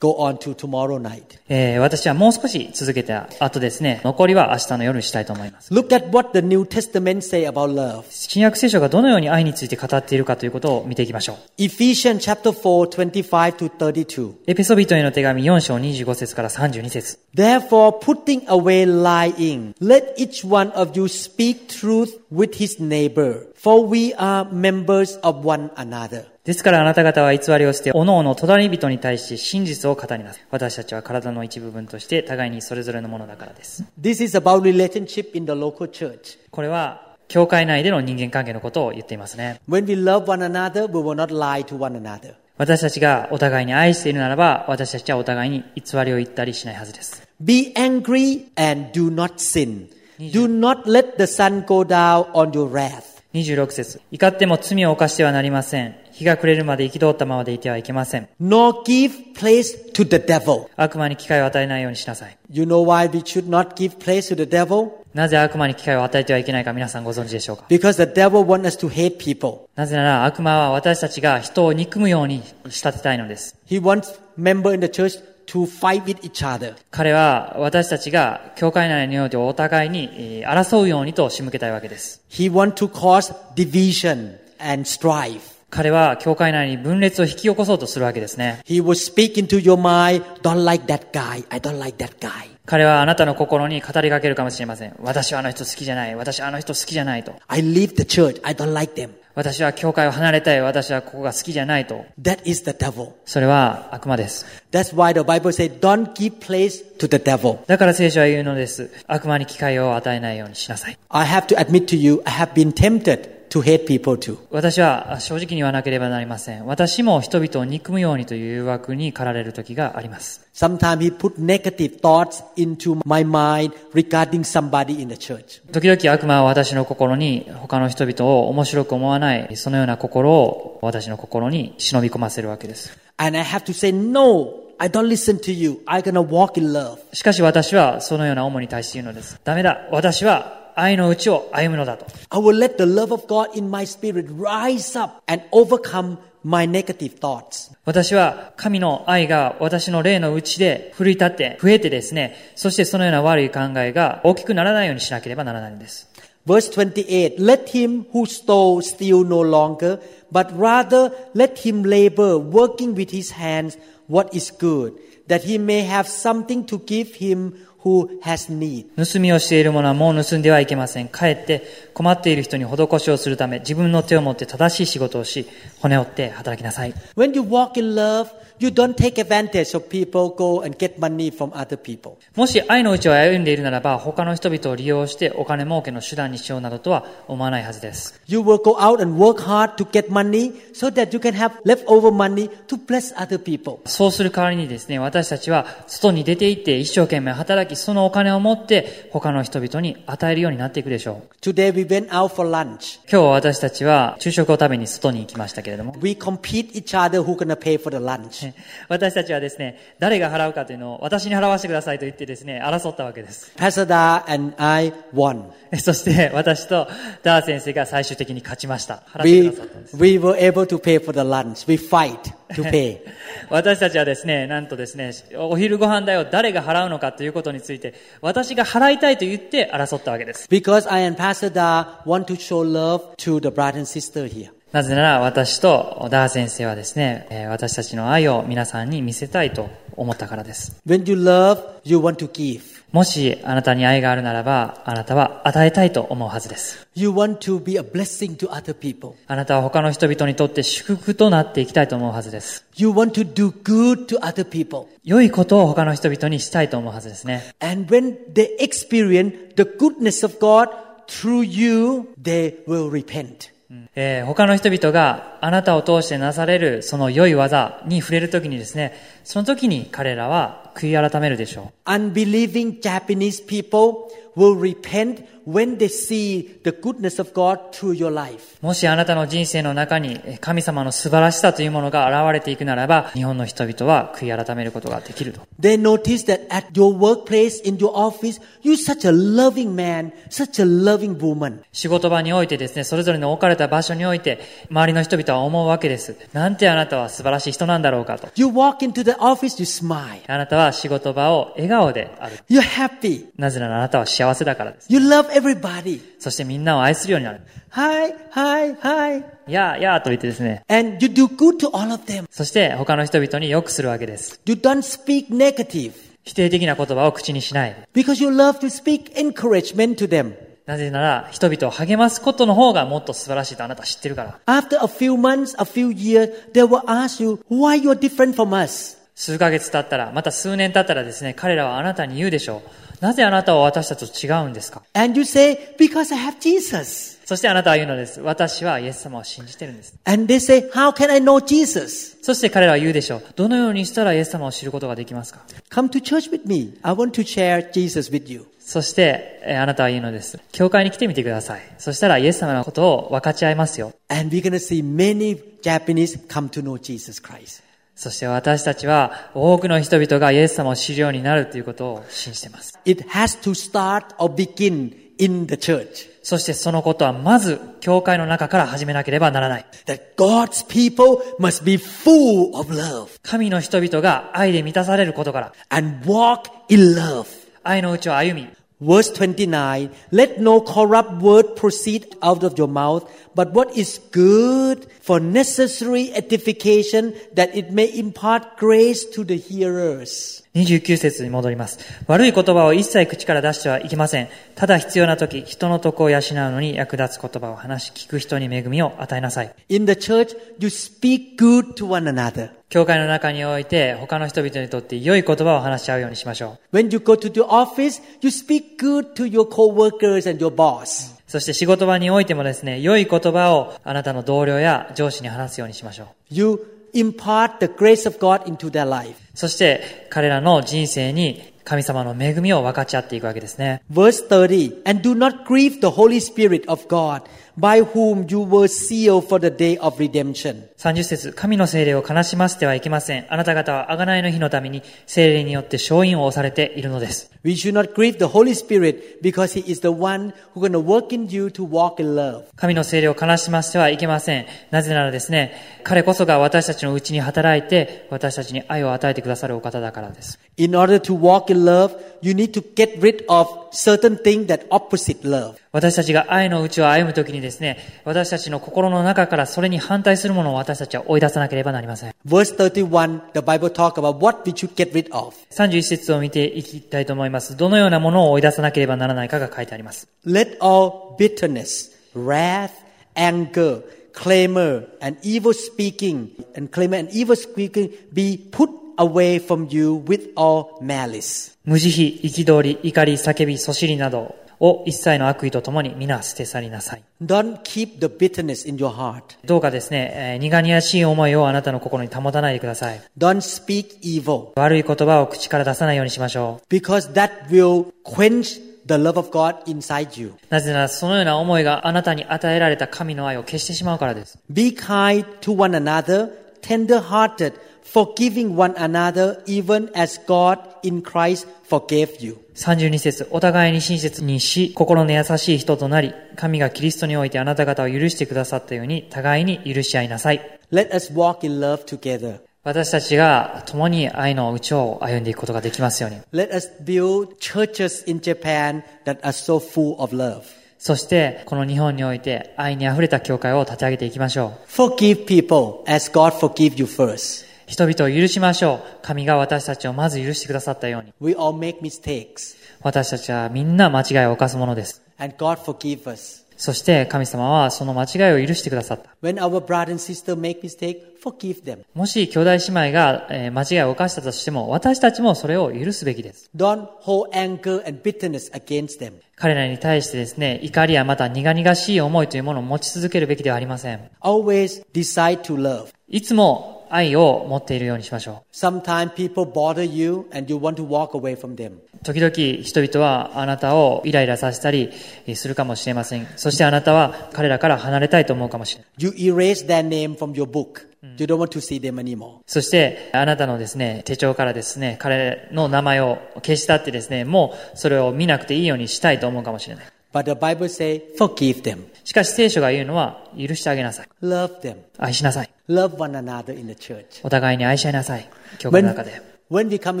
[SPEAKER 2] go on to tomorrow night.
[SPEAKER 3] えー私はもう少し続けた後ですね、残りは明日の夜にしたいと思います。
[SPEAKER 2] Look at what the New Testament say about love.
[SPEAKER 3] 新約聖書がどのように愛について語っているかということを見ていきましょう。
[SPEAKER 2] Ephesians chapter 4, 25 to 32.
[SPEAKER 3] エペソビトへの手紙4章25節から32節
[SPEAKER 2] Therefore, putting away lying, let each one of you speak truth with his neighbor, for we are members of one another.
[SPEAKER 3] ですからあなた方は偽りを捨て、おのおの隣人に対して真実を語りなさい。私たちは体の一部分として互いにそれぞれのものだからです。
[SPEAKER 2] This is about relationship in the local church.
[SPEAKER 3] これは、教会内での人間関係のことを言っていますね。
[SPEAKER 2] When we love one another, we will not lie to one another.
[SPEAKER 3] 私たちがお互いに愛しているならば、私たちはお互いに偽りを言ったりしないはずです。
[SPEAKER 2] Be angry and do not sin. Do not let the sun go down on your wrath.
[SPEAKER 3] 26節怒っても罪を犯してはなりません。日が暮れるまで憤ったままでいてはいけません。
[SPEAKER 2] Nor give place to the devil.
[SPEAKER 3] 悪魔に機会を与えないようにしなさい。
[SPEAKER 2] You know why we should not give place to the devil?
[SPEAKER 3] なぜ悪魔に機会を与えてはいけないか皆さんご存知でしょうか
[SPEAKER 2] Because the devil wants us to hate people.
[SPEAKER 3] なぜなら悪魔は私たちが人を憎むように仕立てたいのです。
[SPEAKER 2] He wants members in the church to fight with each other.
[SPEAKER 3] 彼は私たちが教会内のようでお互いにえー争うようにと仕向けたいわけです。
[SPEAKER 2] He wants to cause division and strife.
[SPEAKER 3] 彼は教会内に分裂を引き起こそうとするわけですね。
[SPEAKER 2] He will speak into your mind, don't like that guy, I don't like that guy.
[SPEAKER 3] 彼はあなたの心に語りかけるかもしれません。私はあの人好きじゃない。私はあの人好きじゃないと。
[SPEAKER 2] I leave the church, I don't like them.
[SPEAKER 3] 私は教会を離れたい。私はここが好きじゃないと。
[SPEAKER 2] That is the devil.
[SPEAKER 3] それは悪魔です。
[SPEAKER 2] That's why the Bible says, don't give place to the devil.
[SPEAKER 3] だから聖書は言うのです。悪魔に機会を与えないようにしなさい。
[SPEAKER 2] I have to admit to you, I have been tempted to hate people too.
[SPEAKER 3] 私は正直に言わなければなりません。私も人々を憎むようにという誘惑に駆られる時があります。
[SPEAKER 2] Sometimes he put negative thoughts into my mind regarding somebody in the church.
[SPEAKER 3] 時々悪魔は私の心に他の人々を面白く思わない、そのような心を私の心に忍び込ませるわけです。
[SPEAKER 2] And I have to say, no, I don't listen to you. I'm going to walk in love.
[SPEAKER 3] しかし私はそのような主に対して言うのです。ダメだ。私は愛のうちを歩むのだと。
[SPEAKER 2] I will let the love of God in my spirit rise up and overcome my negative thoughts.
[SPEAKER 3] 私は神の愛が私の霊のうちで奮い立って、増えてですね、そしてそのような悪い考えが大きくならないようにしなければならないんです。
[SPEAKER 2] Verse 28 Let him who stole steal no longer, but rather let him labor, working with his hands what is good, that he may have something to give him who has need.
[SPEAKER 3] 盗みをしている者はもう盗んではいけません。かえって困っている人に施しをするため、自分の手を持って正しい仕事をし、骨折って働きなさい。
[SPEAKER 2] When you walk in love, you don't take advantage of people go and get money from other people.
[SPEAKER 3] もし愛のうちを歩んでいるならば、他の人々を利用してお金儲けの手段にしようなどとは思わないはずです。
[SPEAKER 2] You will go out and work hard to get money so that you can have leftover money to bless other people.
[SPEAKER 3] そうする代わりにですね、私たちは外に出て行って一生懸命働き、そのお金を持って他の人々に与えるようになっていくでしょう。
[SPEAKER 2] Today we went out for lunch.
[SPEAKER 3] 今日私たちは昼食を食べに外に行きましたけれども、
[SPEAKER 2] We compete each other who gonna pay for the lunch.
[SPEAKER 3] 私たちはですね、誰が払うかというのを私に払わせてくださいと言ってですね、争ったわけです。
[SPEAKER 2] Pasada and I won.
[SPEAKER 3] そして私とダー先生が最終的に勝ちました。払って
[SPEAKER 2] We,
[SPEAKER 3] くださったんです。
[SPEAKER 2] we were able to pay for the lunch. We fight to pay.
[SPEAKER 3] 私たちはですね、なんとですね、お昼ご飯代を誰が払うのかということにについて、私が払いたいと言って争ったわけです。
[SPEAKER 2] Because I and Pastor Da want to show love to the brother and sister here.
[SPEAKER 3] なぜなら私とダー先生はですね、えー私たちの愛を皆さんに見せたいと思ったからです。
[SPEAKER 2] When you love, you want to give.
[SPEAKER 3] もしあなたに愛があるならば、あなたは与えたいと思うはずです。
[SPEAKER 2] You want to be a blessing to other people.
[SPEAKER 3] あなたは他の人々にとって祝福となっていきたいと思うはずです。
[SPEAKER 2] You want to do good to other people.
[SPEAKER 3] 良いことを他の人々にしたいと思うはずですね。
[SPEAKER 2] And when they experience the goodness of God through you, they will repent.
[SPEAKER 3] えー他の人々があなたを通してなされるその良い技に触れるときにですね、その時に彼らは悔い改めるでしょう。
[SPEAKER 2] Unbelieving Japanese people will repent when they see the goodness of God through your life.
[SPEAKER 3] もしあなたの人生の中にえー神様の素晴らしさというものが現れていくならば、日本の人々は悔い改めることができると。
[SPEAKER 2] They notice that at your workplace, in your office, you're such a loving man, such a loving woman.
[SPEAKER 3] 仕事場においてですね、それぞれの置かれた場所において、周りの人々は思うわけです。なんてあなたは素晴らしい人なんだろうかと。
[SPEAKER 2] You walk into the office, you smile.
[SPEAKER 3] あなたは仕事場を笑顔である。
[SPEAKER 2] You're happy.
[SPEAKER 3] なぜならあなたは幸せだからです。
[SPEAKER 2] You love everybody.
[SPEAKER 3] そしてみんなを愛するようになる。
[SPEAKER 2] Hi, hi, hi.
[SPEAKER 3] やあやあと言ってですね、
[SPEAKER 2] And you do good to all of them.
[SPEAKER 3] そして他の人々に良くするわけです。
[SPEAKER 2] You don't speak negative.
[SPEAKER 3] 否定的な言葉を口にしない。
[SPEAKER 2] Because you love to speak encouragement to them.
[SPEAKER 3] なぜなら人々を励ますことの方がもっと素晴らしいとあなたは知ってるから。
[SPEAKER 2] After a few months, a few years, they will ask you why you're different from us.
[SPEAKER 3] 数ヶ月経ったら、また数年経ったらですね、彼らはあなたに言うでしょう。なぜあなたは私たちと違うんですか
[SPEAKER 2] And you say, because I have Jesus.
[SPEAKER 3] そしてあなたは言うのです。私はイエス様を信じてるんです。
[SPEAKER 2] And they say, how can I know Jesus?
[SPEAKER 3] そして彼らは言うでしょう。どのようにしたらイエス様を知ることができますか
[SPEAKER 2] Come to church with me. I want to share Jesus with you.
[SPEAKER 3] そして、えーあなたは言うのです。教会に来てみてください。そしたらイエス様のことを分かち合いますよ。
[SPEAKER 2] And we're going to see many Japanese come to know Jesus Christ.
[SPEAKER 3] そして私たちは多くの人々がイエス様を知るようになるということを信じています。
[SPEAKER 2] It has to start or begin in the church.
[SPEAKER 3] そしてそのことはまず教会の中から始めなければならない。
[SPEAKER 2] That God's people must be full of love
[SPEAKER 3] 神の人々が愛で満たされることから、
[SPEAKER 2] and walk in love.
[SPEAKER 3] 愛のうちを歩み、
[SPEAKER 2] Verse 29 Let no corrupt word proceed out of your mouth, but what is good for necessary edification, that it may impart grace to the hearers.
[SPEAKER 3] 29節に戻ります。悪い言葉を一切口から出してはいけません。ただ必要な時、人の徳を養うのに役立つ言葉を話し、聞く人に恵みを与えなさい。
[SPEAKER 2] In the church, you speak good to one another.
[SPEAKER 3] 教会の中において、他の人々にとって良い言葉を話し合うようにしましょ
[SPEAKER 2] When you go to the office, you speak good to your co-workers and your boss.
[SPEAKER 3] う。そして仕事場においてもですね、良い言葉をあなたの同僚や上司に話すようにしましょう。
[SPEAKER 2] You impart the grace of God into their life.
[SPEAKER 3] そして、彼らの人生に神様の恵みを分かち合っていくわけですね。
[SPEAKER 2] Verse 30 And do not grieve the Holy Spirit of God, by whom you were sealed for the day of redemption.
[SPEAKER 3] 30節神の聖霊を悲しませてはいけません。あなた方は贖いの日のために聖霊によって勝因を押されているのです。
[SPEAKER 2] We should not grieve the Holy Spirit because He is the one who going to work in you to walk in love.
[SPEAKER 3] 神の聖霊を悲しませてはいけません。なぜならですね、彼こそが私たちのうちに働いて、私たちに愛を与えてくださるお方だからです。
[SPEAKER 2] In order to walk in love, you need to get rid of certain things that opposite love.
[SPEAKER 3] 私たちが愛のうちを歩むときにですね、私たちの心の中からそれに反対するものを私たちは追い出さなければなりません。
[SPEAKER 2] Verse 31, the Bible talk about what we should get rid of.
[SPEAKER 3] 31節を見ていきたいと思います。どのようなものを追い出さなければならないかが書いてあります。
[SPEAKER 2] Let all bitterness, wrath, anger, clamor, and evil speaking, and clamor and evil speaking be put away from you with all malice.
[SPEAKER 3] 無慈悲、憤り、怒り、叫び、そしりなどを一切の悪意とともに皆捨て去りなさい。
[SPEAKER 2] Don't keep the bitterness in your heart.
[SPEAKER 3] どうかですね、えー苦々しい思いをあなたの心に保たないでください。
[SPEAKER 2] Don't speak evil.
[SPEAKER 3] 悪い言葉を口から出さないようにしましょう。
[SPEAKER 2] because that will quench the love of God inside you.
[SPEAKER 3] なぜならそのような思いがあなたに与えられた神の愛を消してしまうからです。
[SPEAKER 2] Be kind to one another, tender hearted, forgiving one another, even as God in Christ forgave you.
[SPEAKER 3] 32節、お互いに親切にし、心の優しい人となり、神がキリストにおいてあなた方を許してくださったように、互いに許し合いなさい。
[SPEAKER 2] Let us walk in love together.
[SPEAKER 3] 私たちが共に愛のうちを歩んでいくことができますように。
[SPEAKER 2] Let us build churches in Japan that are so full of love.
[SPEAKER 3] そして、この日本において愛に溢れた教会を立ち上げていきましょう。
[SPEAKER 2] Forgive people as God forgive you first.
[SPEAKER 3] 人々を許しましょう。神が私たちをまず許してくださったように。
[SPEAKER 2] We all make mistakes
[SPEAKER 3] 私たちはみんな間違いを犯すものです。
[SPEAKER 2] and God forgive us.
[SPEAKER 3] そして神様はその間違いを許してくださった。
[SPEAKER 2] When our brother and sister make mistake, forgive them.
[SPEAKER 3] もし兄弟姉妹がえー間違いを犯したとしても、私たちもそれを許すべきです。
[SPEAKER 2] Don't hold anger and bitterness against them.
[SPEAKER 3] 彼らに対してですね、怒りやまた苦々しい思いというものを持ち続けるべきではありません。
[SPEAKER 2] Always decide to love.
[SPEAKER 3] いつも愛を持っているようにしましょ
[SPEAKER 2] Sometimes people bother you and you want to walk away from them.
[SPEAKER 3] う。時々人々はあなたをイライラさせたりえーするかもしれません。そしてあなたは彼らから離れたいと思うかもしれない。
[SPEAKER 2] You erase their name from your book. You don't want to see them anymore.
[SPEAKER 3] そしてあなたのですね、手帳からですね、彼の名前を消したってですね、もうそれを見なくていいようにしたいと思うかもしれない。
[SPEAKER 2] But the Bible says, forgive them.
[SPEAKER 3] しかし聖書が言うのは、許してあげなさい。
[SPEAKER 2] Love them.
[SPEAKER 3] 愛しなさい。
[SPEAKER 2] Love one another in the church.
[SPEAKER 3] お互いに愛し合いなさい。教会の
[SPEAKER 2] When,
[SPEAKER 3] 中で。
[SPEAKER 2] when we come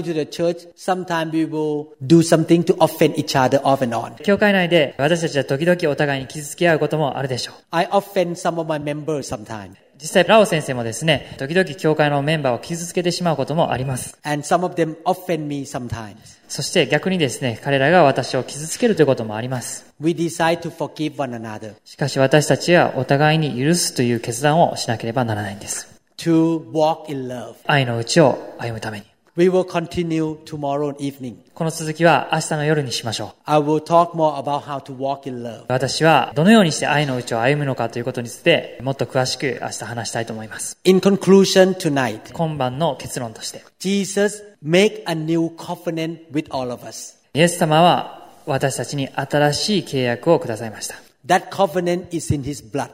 [SPEAKER 2] into the church, sometimes we will do something to offend each other off and on.
[SPEAKER 3] 教会内で私たちは時々お互いに傷つけ合うこともあるでしょう。
[SPEAKER 2] I offend some of my members sometimes.
[SPEAKER 3] 実際、ラオ先生もですね、時々教会のメンバーを傷つけてしまうこともあります。
[SPEAKER 2] And some of them offend me sometimes.
[SPEAKER 3] そして逆にですね、彼らが私を傷つけるということもあります。
[SPEAKER 2] We decide to forgive one another,
[SPEAKER 3] しかし私たちはお互いに許すという決断をしなければならないんです。
[SPEAKER 2] to walk in love.
[SPEAKER 3] 愛のうちを歩むために。
[SPEAKER 2] We will continue tomorrow evening.
[SPEAKER 3] この続きは明日の夜にしましょ
[SPEAKER 2] I will talk more about how to walk in
[SPEAKER 3] う
[SPEAKER 2] love.。
[SPEAKER 3] 私はどのようにして愛のうちを歩むのかということについて、もっと詳しく明日話したいと思います。
[SPEAKER 2] In conclusion tonight,
[SPEAKER 3] 今晩の結論として、
[SPEAKER 2] Jesus make a new covenant with all of us.
[SPEAKER 3] イエス様は私たちに新しい契約をくださいました。
[SPEAKER 2] That covenant is in his blood.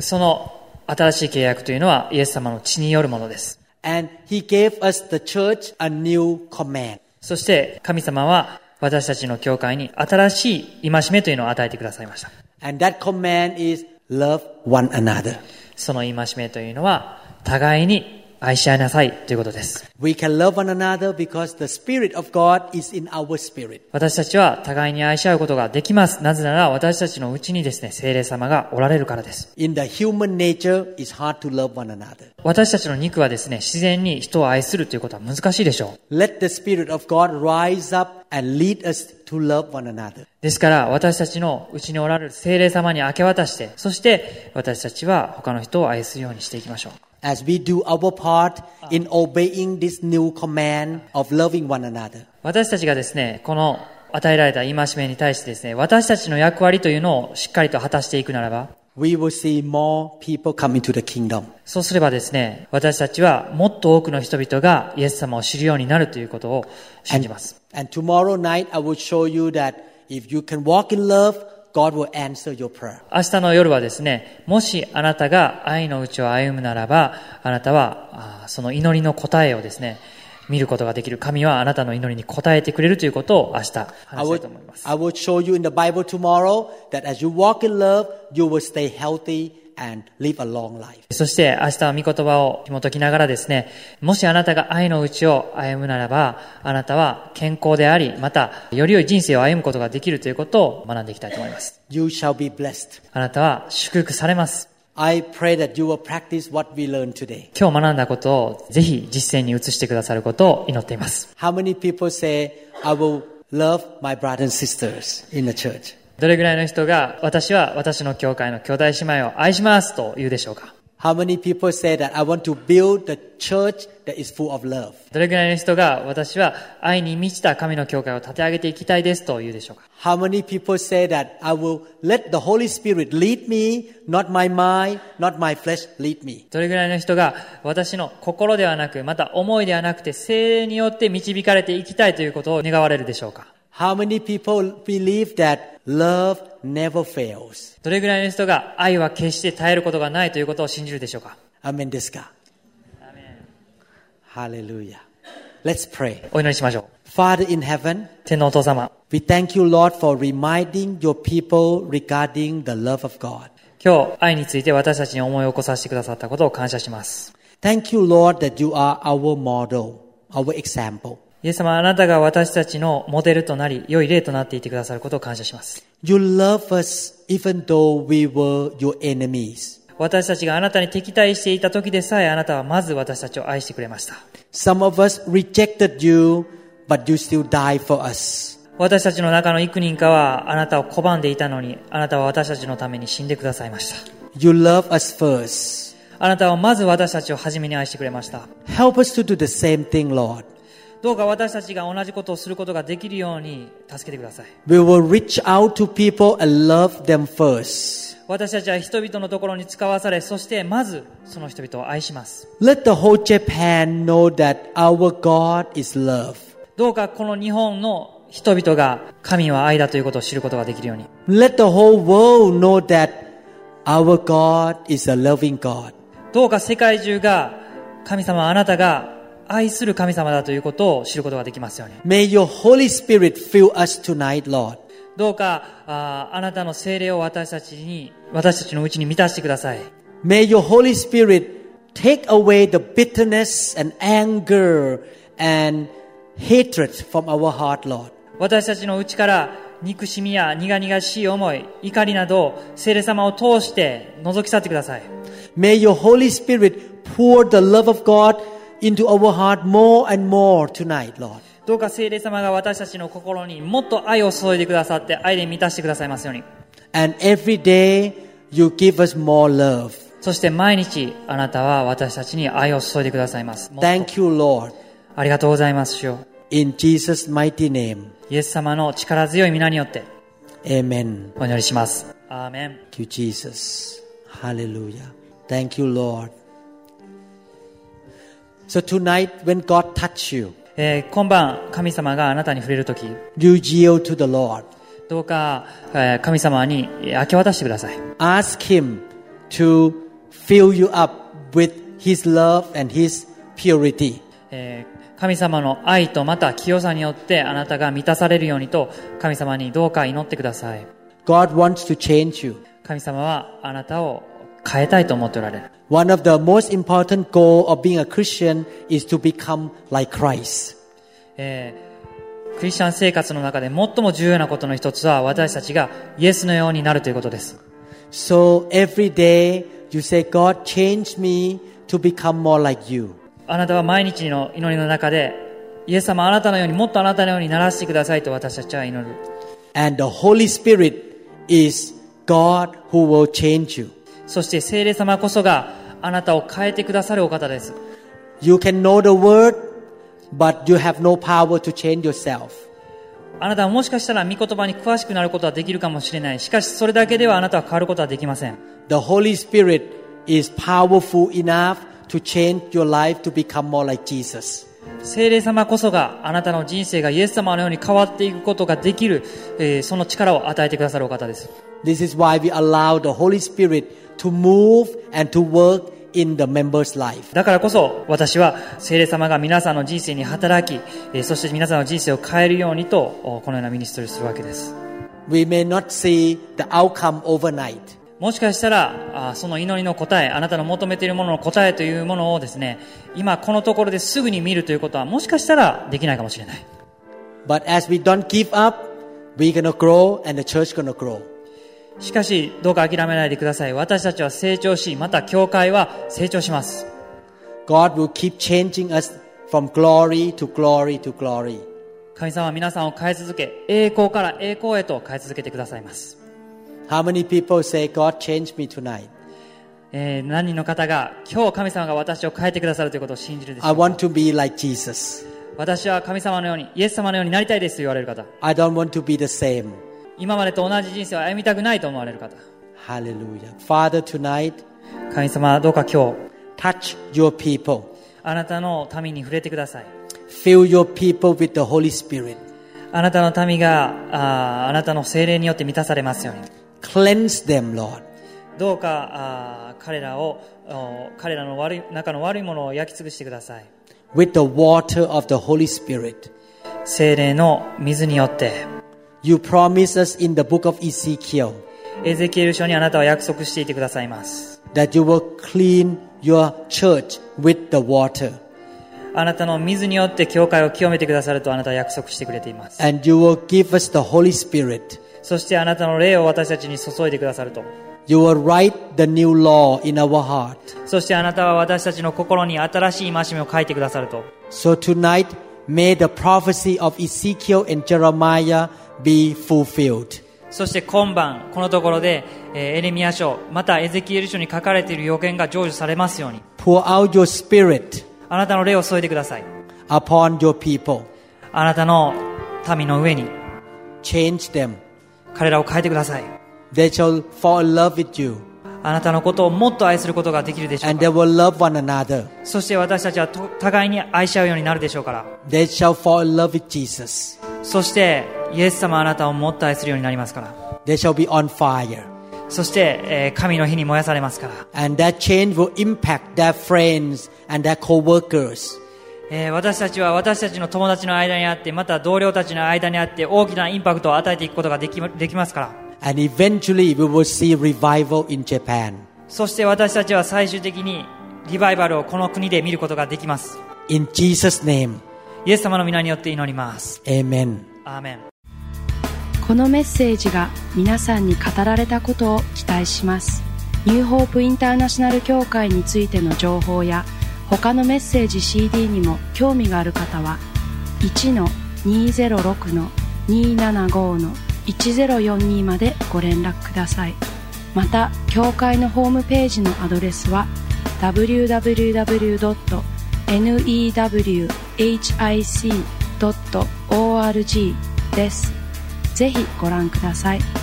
[SPEAKER 3] その新しい契約というのはイエス様の血によるものです。
[SPEAKER 2] And he gave us the church a new command.
[SPEAKER 3] そして神様は私たちの教会に新しい戒めというのを与えてくださいました。
[SPEAKER 2] And that command is love one another.
[SPEAKER 3] その戒めというのは互いに愛し合いなさいということです。
[SPEAKER 2] We can love one another because the Spirit of God is in our spirit.
[SPEAKER 3] 私たちは互いに愛し合うことができます。なぜなら私たちのうちにですね、聖霊様がおられるからです。
[SPEAKER 2] In the human nature, it's hard to love one another.
[SPEAKER 3] 私たちの肉はですね、自然に人を愛するということは難しいでしょう。
[SPEAKER 2] Let the Spirit of God rise up and lead us to love one another.
[SPEAKER 3] ですから私たちのうちにおられる聖霊様に明け渡して、そして私たちは他の人を愛するようにしていきましょう。
[SPEAKER 2] As we do our part in obeying this new command of loving one another.
[SPEAKER 3] 私たちがですね、この与えられた戒めに対してですね、私たちの役割というのをしっかりと果たしていくならば、
[SPEAKER 2] we will see more people come into the kingdom.
[SPEAKER 3] そうすればですね、私たちはもっと多くの人々がイエス様を知るようになるということを信じます。
[SPEAKER 2] And tomorrow night, I will show you that if you can walk in love, God will answer your prayer.
[SPEAKER 3] 明日の夜はですね、もしあなたが愛のうちを歩むならば、あなたはあーその祈りの答えをですね、見ることができる。神はあなたの祈りに応えてくれるということを明日話し
[SPEAKER 2] I
[SPEAKER 3] たいと思
[SPEAKER 2] will,
[SPEAKER 3] います。
[SPEAKER 2] I will show you in the Bible tomorrow that as you walk in love, you will stay healthy and live a long life.
[SPEAKER 3] そして明日は御言葉を紐解きながらですね、もしあなたが愛のうちを歩むならば、あなたは健康であり、またより良い人生を歩むことができるということを学んでいきたいと思います。
[SPEAKER 2] You shall be blessed.
[SPEAKER 3] あなたは祝福されます。
[SPEAKER 2] I pray that you will practice what we learned today.
[SPEAKER 3] 今日学んだことをぜひ実践に移してくださることを祈っています。
[SPEAKER 2] How many people say, I will love my brothers and sisters in the church?
[SPEAKER 3] どれぐらいの人が私は私の教会の兄弟姉妹を愛しますと言うでしょうか
[SPEAKER 2] How many people say that I want to build the church that is full of love?
[SPEAKER 3] どれぐらいの人が私は愛に満ちた神の教会を立て上げていきたいですと言うでしょうか
[SPEAKER 2] How many people say that I will let the Holy Spirit lead me, not my mind, not my flesh lead me?
[SPEAKER 3] どれぐらいの人が私の心ではなく、また思いではなくて精霊によって導かれていきたいということを願われるでしょうか
[SPEAKER 2] How many people believe that love never fails?
[SPEAKER 3] どれぐらいの人が愛は決して耐えることがないということを信じるでしょうか
[SPEAKER 2] Amen. Deska. Hallelujah. Let's pray.
[SPEAKER 3] お祈りしましょ
[SPEAKER 2] Father in heaven,
[SPEAKER 3] う。天皇お父様、
[SPEAKER 2] we thank you, Lord, for reminding your people regarding the love of God.
[SPEAKER 3] 今日愛について私たちに思い起こさせてくださったことを感謝します。
[SPEAKER 2] Thank you, Lord, that you are our model, our example.
[SPEAKER 3] イエス様、あなたが私たちのモデルとなり、良い例となっていてくださることを感謝します。
[SPEAKER 2] You love us even though we were your enemies.
[SPEAKER 3] 私たちがあなたに敵対していた時でさえ、あなたはまず私たちを愛してくれました。
[SPEAKER 2] Some of us rejected you, but you still died for us.
[SPEAKER 3] 私たちの中の幾人かは、あなたを拒んでいたのに、あなたは私たちのために死んでくださいました。
[SPEAKER 2] You love us first.
[SPEAKER 3] あなたはまず私たちを初めに愛してくれました。
[SPEAKER 2] Help us to do the same thing, Lord.
[SPEAKER 3] どうか私たちが同じことをすることができるように助けてください。
[SPEAKER 2] We will reach out to people and love them first.
[SPEAKER 3] 私たちは人々のところに使わされ、そしてまずその人々を愛します。
[SPEAKER 2] Let the whole Japan know that our God is love.
[SPEAKER 3] どうかこの日本の人々が神は愛だということを知ることができるように。
[SPEAKER 2] Let the whole world know that our God is a loving God.
[SPEAKER 3] どうか世界中が神様あなたが愛する神様だということを知ることができますように。
[SPEAKER 2] May your Holy Spirit fill us tonight, Lord.
[SPEAKER 3] どうかあーあなたの精霊を私たちに、私たちのうちに満たしてください。
[SPEAKER 2] May your Holy Spirit take away the bitterness and anger and hatred from our heart, Lord.
[SPEAKER 3] 私たちの内から憎しみや苦々しい思い、怒りなどを聖霊様を通して覗き去ってください。
[SPEAKER 2] May your Holy Spirit pour the love of God into our heart more and more tonight, Lord.
[SPEAKER 3] どうか聖霊様が私たちの心にもっと愛を注いでくださって愛で満たしてくださいますように。
[SPEAKER 2] And every day you give us more love.
[SPEAKER 3] そして毎日あなたは私たちに愛を注いでくださいます。
[SPEAKER 2] Thank you, Lord.
[SPEAKER 3] ありがとうございます、主よ。
[SPEAKER 2] In Jesus' mighty name.
[SPEAKER 3] イエス様の力強い皆によって
[SPEAKER 2] Amen.
[SPEAKER 3] お祈りします。アーメン。
[SPEAKER 2] Thank you, Jesus. Hallelujah. Thank you, Lord. So tonight, when God touch you,
[SPEAKER 3] えー今晩、神様があなたに触れるとき、
[SPEAKER 2] you yield to the Lord.
[SPEAKER 3] どうか、えー神様にえー明け渡してください。
[SPEAKER 2] Ask Him to fill you up with His love and His purity.
[SPEAKER 3] えー神様の愛とまた清さによってあなたが満たされるようにと神様にどうか祈ってください。
[SPEAKER 2] God wants to change you.
[SPEAKER 3] 神様はあなたを変えたいと思っておられる。
[SPEAKER 2] One of the most important goal of being a Christian is to become like Christ.
[SPEAKER 3] えークリスチャン生活の中で最も重要なことの一つは私たちがイエスのようになるということです。
[SPEAKER 2] So every day you say, God, change me to become more like you.
[SPEAKER 3] あなたは毎日の祈りの中でイエス様あなたのようにもっとあなたのようにならしてくださいと私たちは祈る。
[SPEAKER 2] And the Holy Spirit is God who will change you.
[SPEAKER 3] そして聖霊様こそがあなたを変えてくださるお方です。
[SPEAKER 2] You can know the word, but you have no power to change yourself.
[SPEAKER 3] あなたはもしかしたら御言葉に詳しくなることはできるかもしれない。しかしそれだけではあなたは変わることはできません。
[SPEAKER 2] The Holy Spirit is powerful enough to change your life to become more like Jesus.
[SPEAKER 3] 聖霊様こそがあなたの人生がイエス様のように変わっていくことができる、えーその力を与えてくださるお方です。
[SPEAKER 2] This is why we allow the Holy Spirit to move and to work in the member's life.
[SPEAKER 3] だからこそ私は聖霊様が皆さんの人生に働き、えーそして皆さんの人生を変えるようにと、おこのようなミニストリーをするわけです。
[SPEAKER 2] We may not see the outcome overnight,
[SPEAKER 3] もしかしたら、あーその祈りの答え、あなたの求めているものの答えというものをですね、今このところですぐに見るということはもしかしたらできないかもしれない。
[SPEAKER 2] but as we don't give up, we're gonna grow and the church gonna grow.
[SPEAKER 3] しかし、どうか諦めないでください。私たちは成長し、また教会は成長します。
[SPEAKER 2] God will keep changing us from glory to glory to glory.
[SPEAKER 3] 神様は皆さんを変え続け、栄光から栄光へと変え続けてくださいます。
[SPEAKER 2] How many people say, God, change me tonight?
[SPEAKER 3] えー何人の方が、今日神様が私を変えてくださるということを信じるでし
[SPEAKER 2] I
[SPEAKER 3] ょう。
[SPEAKER 2] want to be like Jesus.
[SPEAKER 3] 私は神様のように、イエス様のようになりたいですと言われる方。
[SPEAKER 2] I don't want to be the same.
[SPEAKER 3] 今までと同じ人生を歩みたくないと思われる方。
[SPEAKER 2] Hallelujah. Father, tonight,
[SPEAKER 3] 神様はどうか今日、
[SPEAKER 2] touch your people.
[SPEAKER 3] あなたの民に触れてください。
[SPEAKER 2] Fill your people with the Holy Spirit.
[SPEAKER 3] あなたの民が、あーあなたの精霊によって満たされますように。
[SPEAKER 2] Cleanse them, Lord.
[SPEAKER 3] どうかあー彼らをお彼らの悪い中の悪いものを焼き尽くしてください
[SPEAKER 2] With the water of the Holy Spirit.
[SPEAKER 3] 精霊の水によって
[SPEAKER 2] You promise us in the book of Ezekiel
[SPEAKER 3] エゼキエル書にあなたは約束していてくださいます
[SPEAKER 2] that you will clean your church with the water,
[SPEAKER 3] あなたの水によって教会を清めてくださるとあなたは約束してくれています。
[SPEAKER 2] and you will give us the Holy Spirit.
[SPEAKER 3] そしてあなたの霊を私たちに注いでくださると。
[SPEAKER 2] You will write the new law in our heart.
[SPEAKER 3] そしてあなたは私たちの心に新しい戒めを書いてくださると。
[SPEAKER 2] So tonight, may the prophecy of Ezekiel and Jeremiah be fulfilled.
[SPEAKER 3] そして今晩、このところで、えーエレミア書、またエゼキエル書に書かれている予言が成就されますように、
[SPEAKER 2] Pour out your spirit
[SPEAKER 3] あなたの霊を注いでください。
[SPEAKER 2] upon your people.
[SPEAKER 3] あなたの民の上に、
[SPEAKER 2] Change them.
[SPEAKER 3] 彼らを変えてください。
[SPEAKER 2] They shall fall in love with you
[SPEAKER 3] あなたのことをもっと愛することができるでしょう
[SPEAKER 2] and they
[SPEAKER 3] か
[SPEAKER 2] will love one another.
[SPEAKER 3] そして私たちはと互いに愛し合うようになるでしょうから。
[SPEAKER 2] They shall fall in love with Jesus.
[SPEAKER 3] そして、イエス様はあなたをもっと愛するようになりますから。
[SPEAKER 2] They shall be on fire.
[SPEAKER 3] そして、えー神の火に燃やされますから。
[SPEAKER 2] And that change will impact their friends and their co-workers.
[SPEAKER 3] えー私たちは私たちの友達の間にあって、また同僚たちの間にあって、大きなインパクトを与えていくことができまできますから。
[SPEAKER 2] And eventually we will see revival in Japan,
[SPEAKER 3] そして私たちは最終的にリバイバルをこの国で見ることができます。
[SPEAKER 2] In Jesus' name,
[SPEAKER 3] イエス様の皆によって祈ります。
[SPEAKER 2] amen.
[SPEAKER 3] アーメン。
[SPEAKER 1] このメッセージが皆さんに語られたことを期待しますニューホープインターナショナル協会についての情報や他のメッセージ CD にも興味がある方は1-206-275-1042までご連絡くださいまた協会のホームページのアドレスは www.newhic.org ですぜひご覧ください。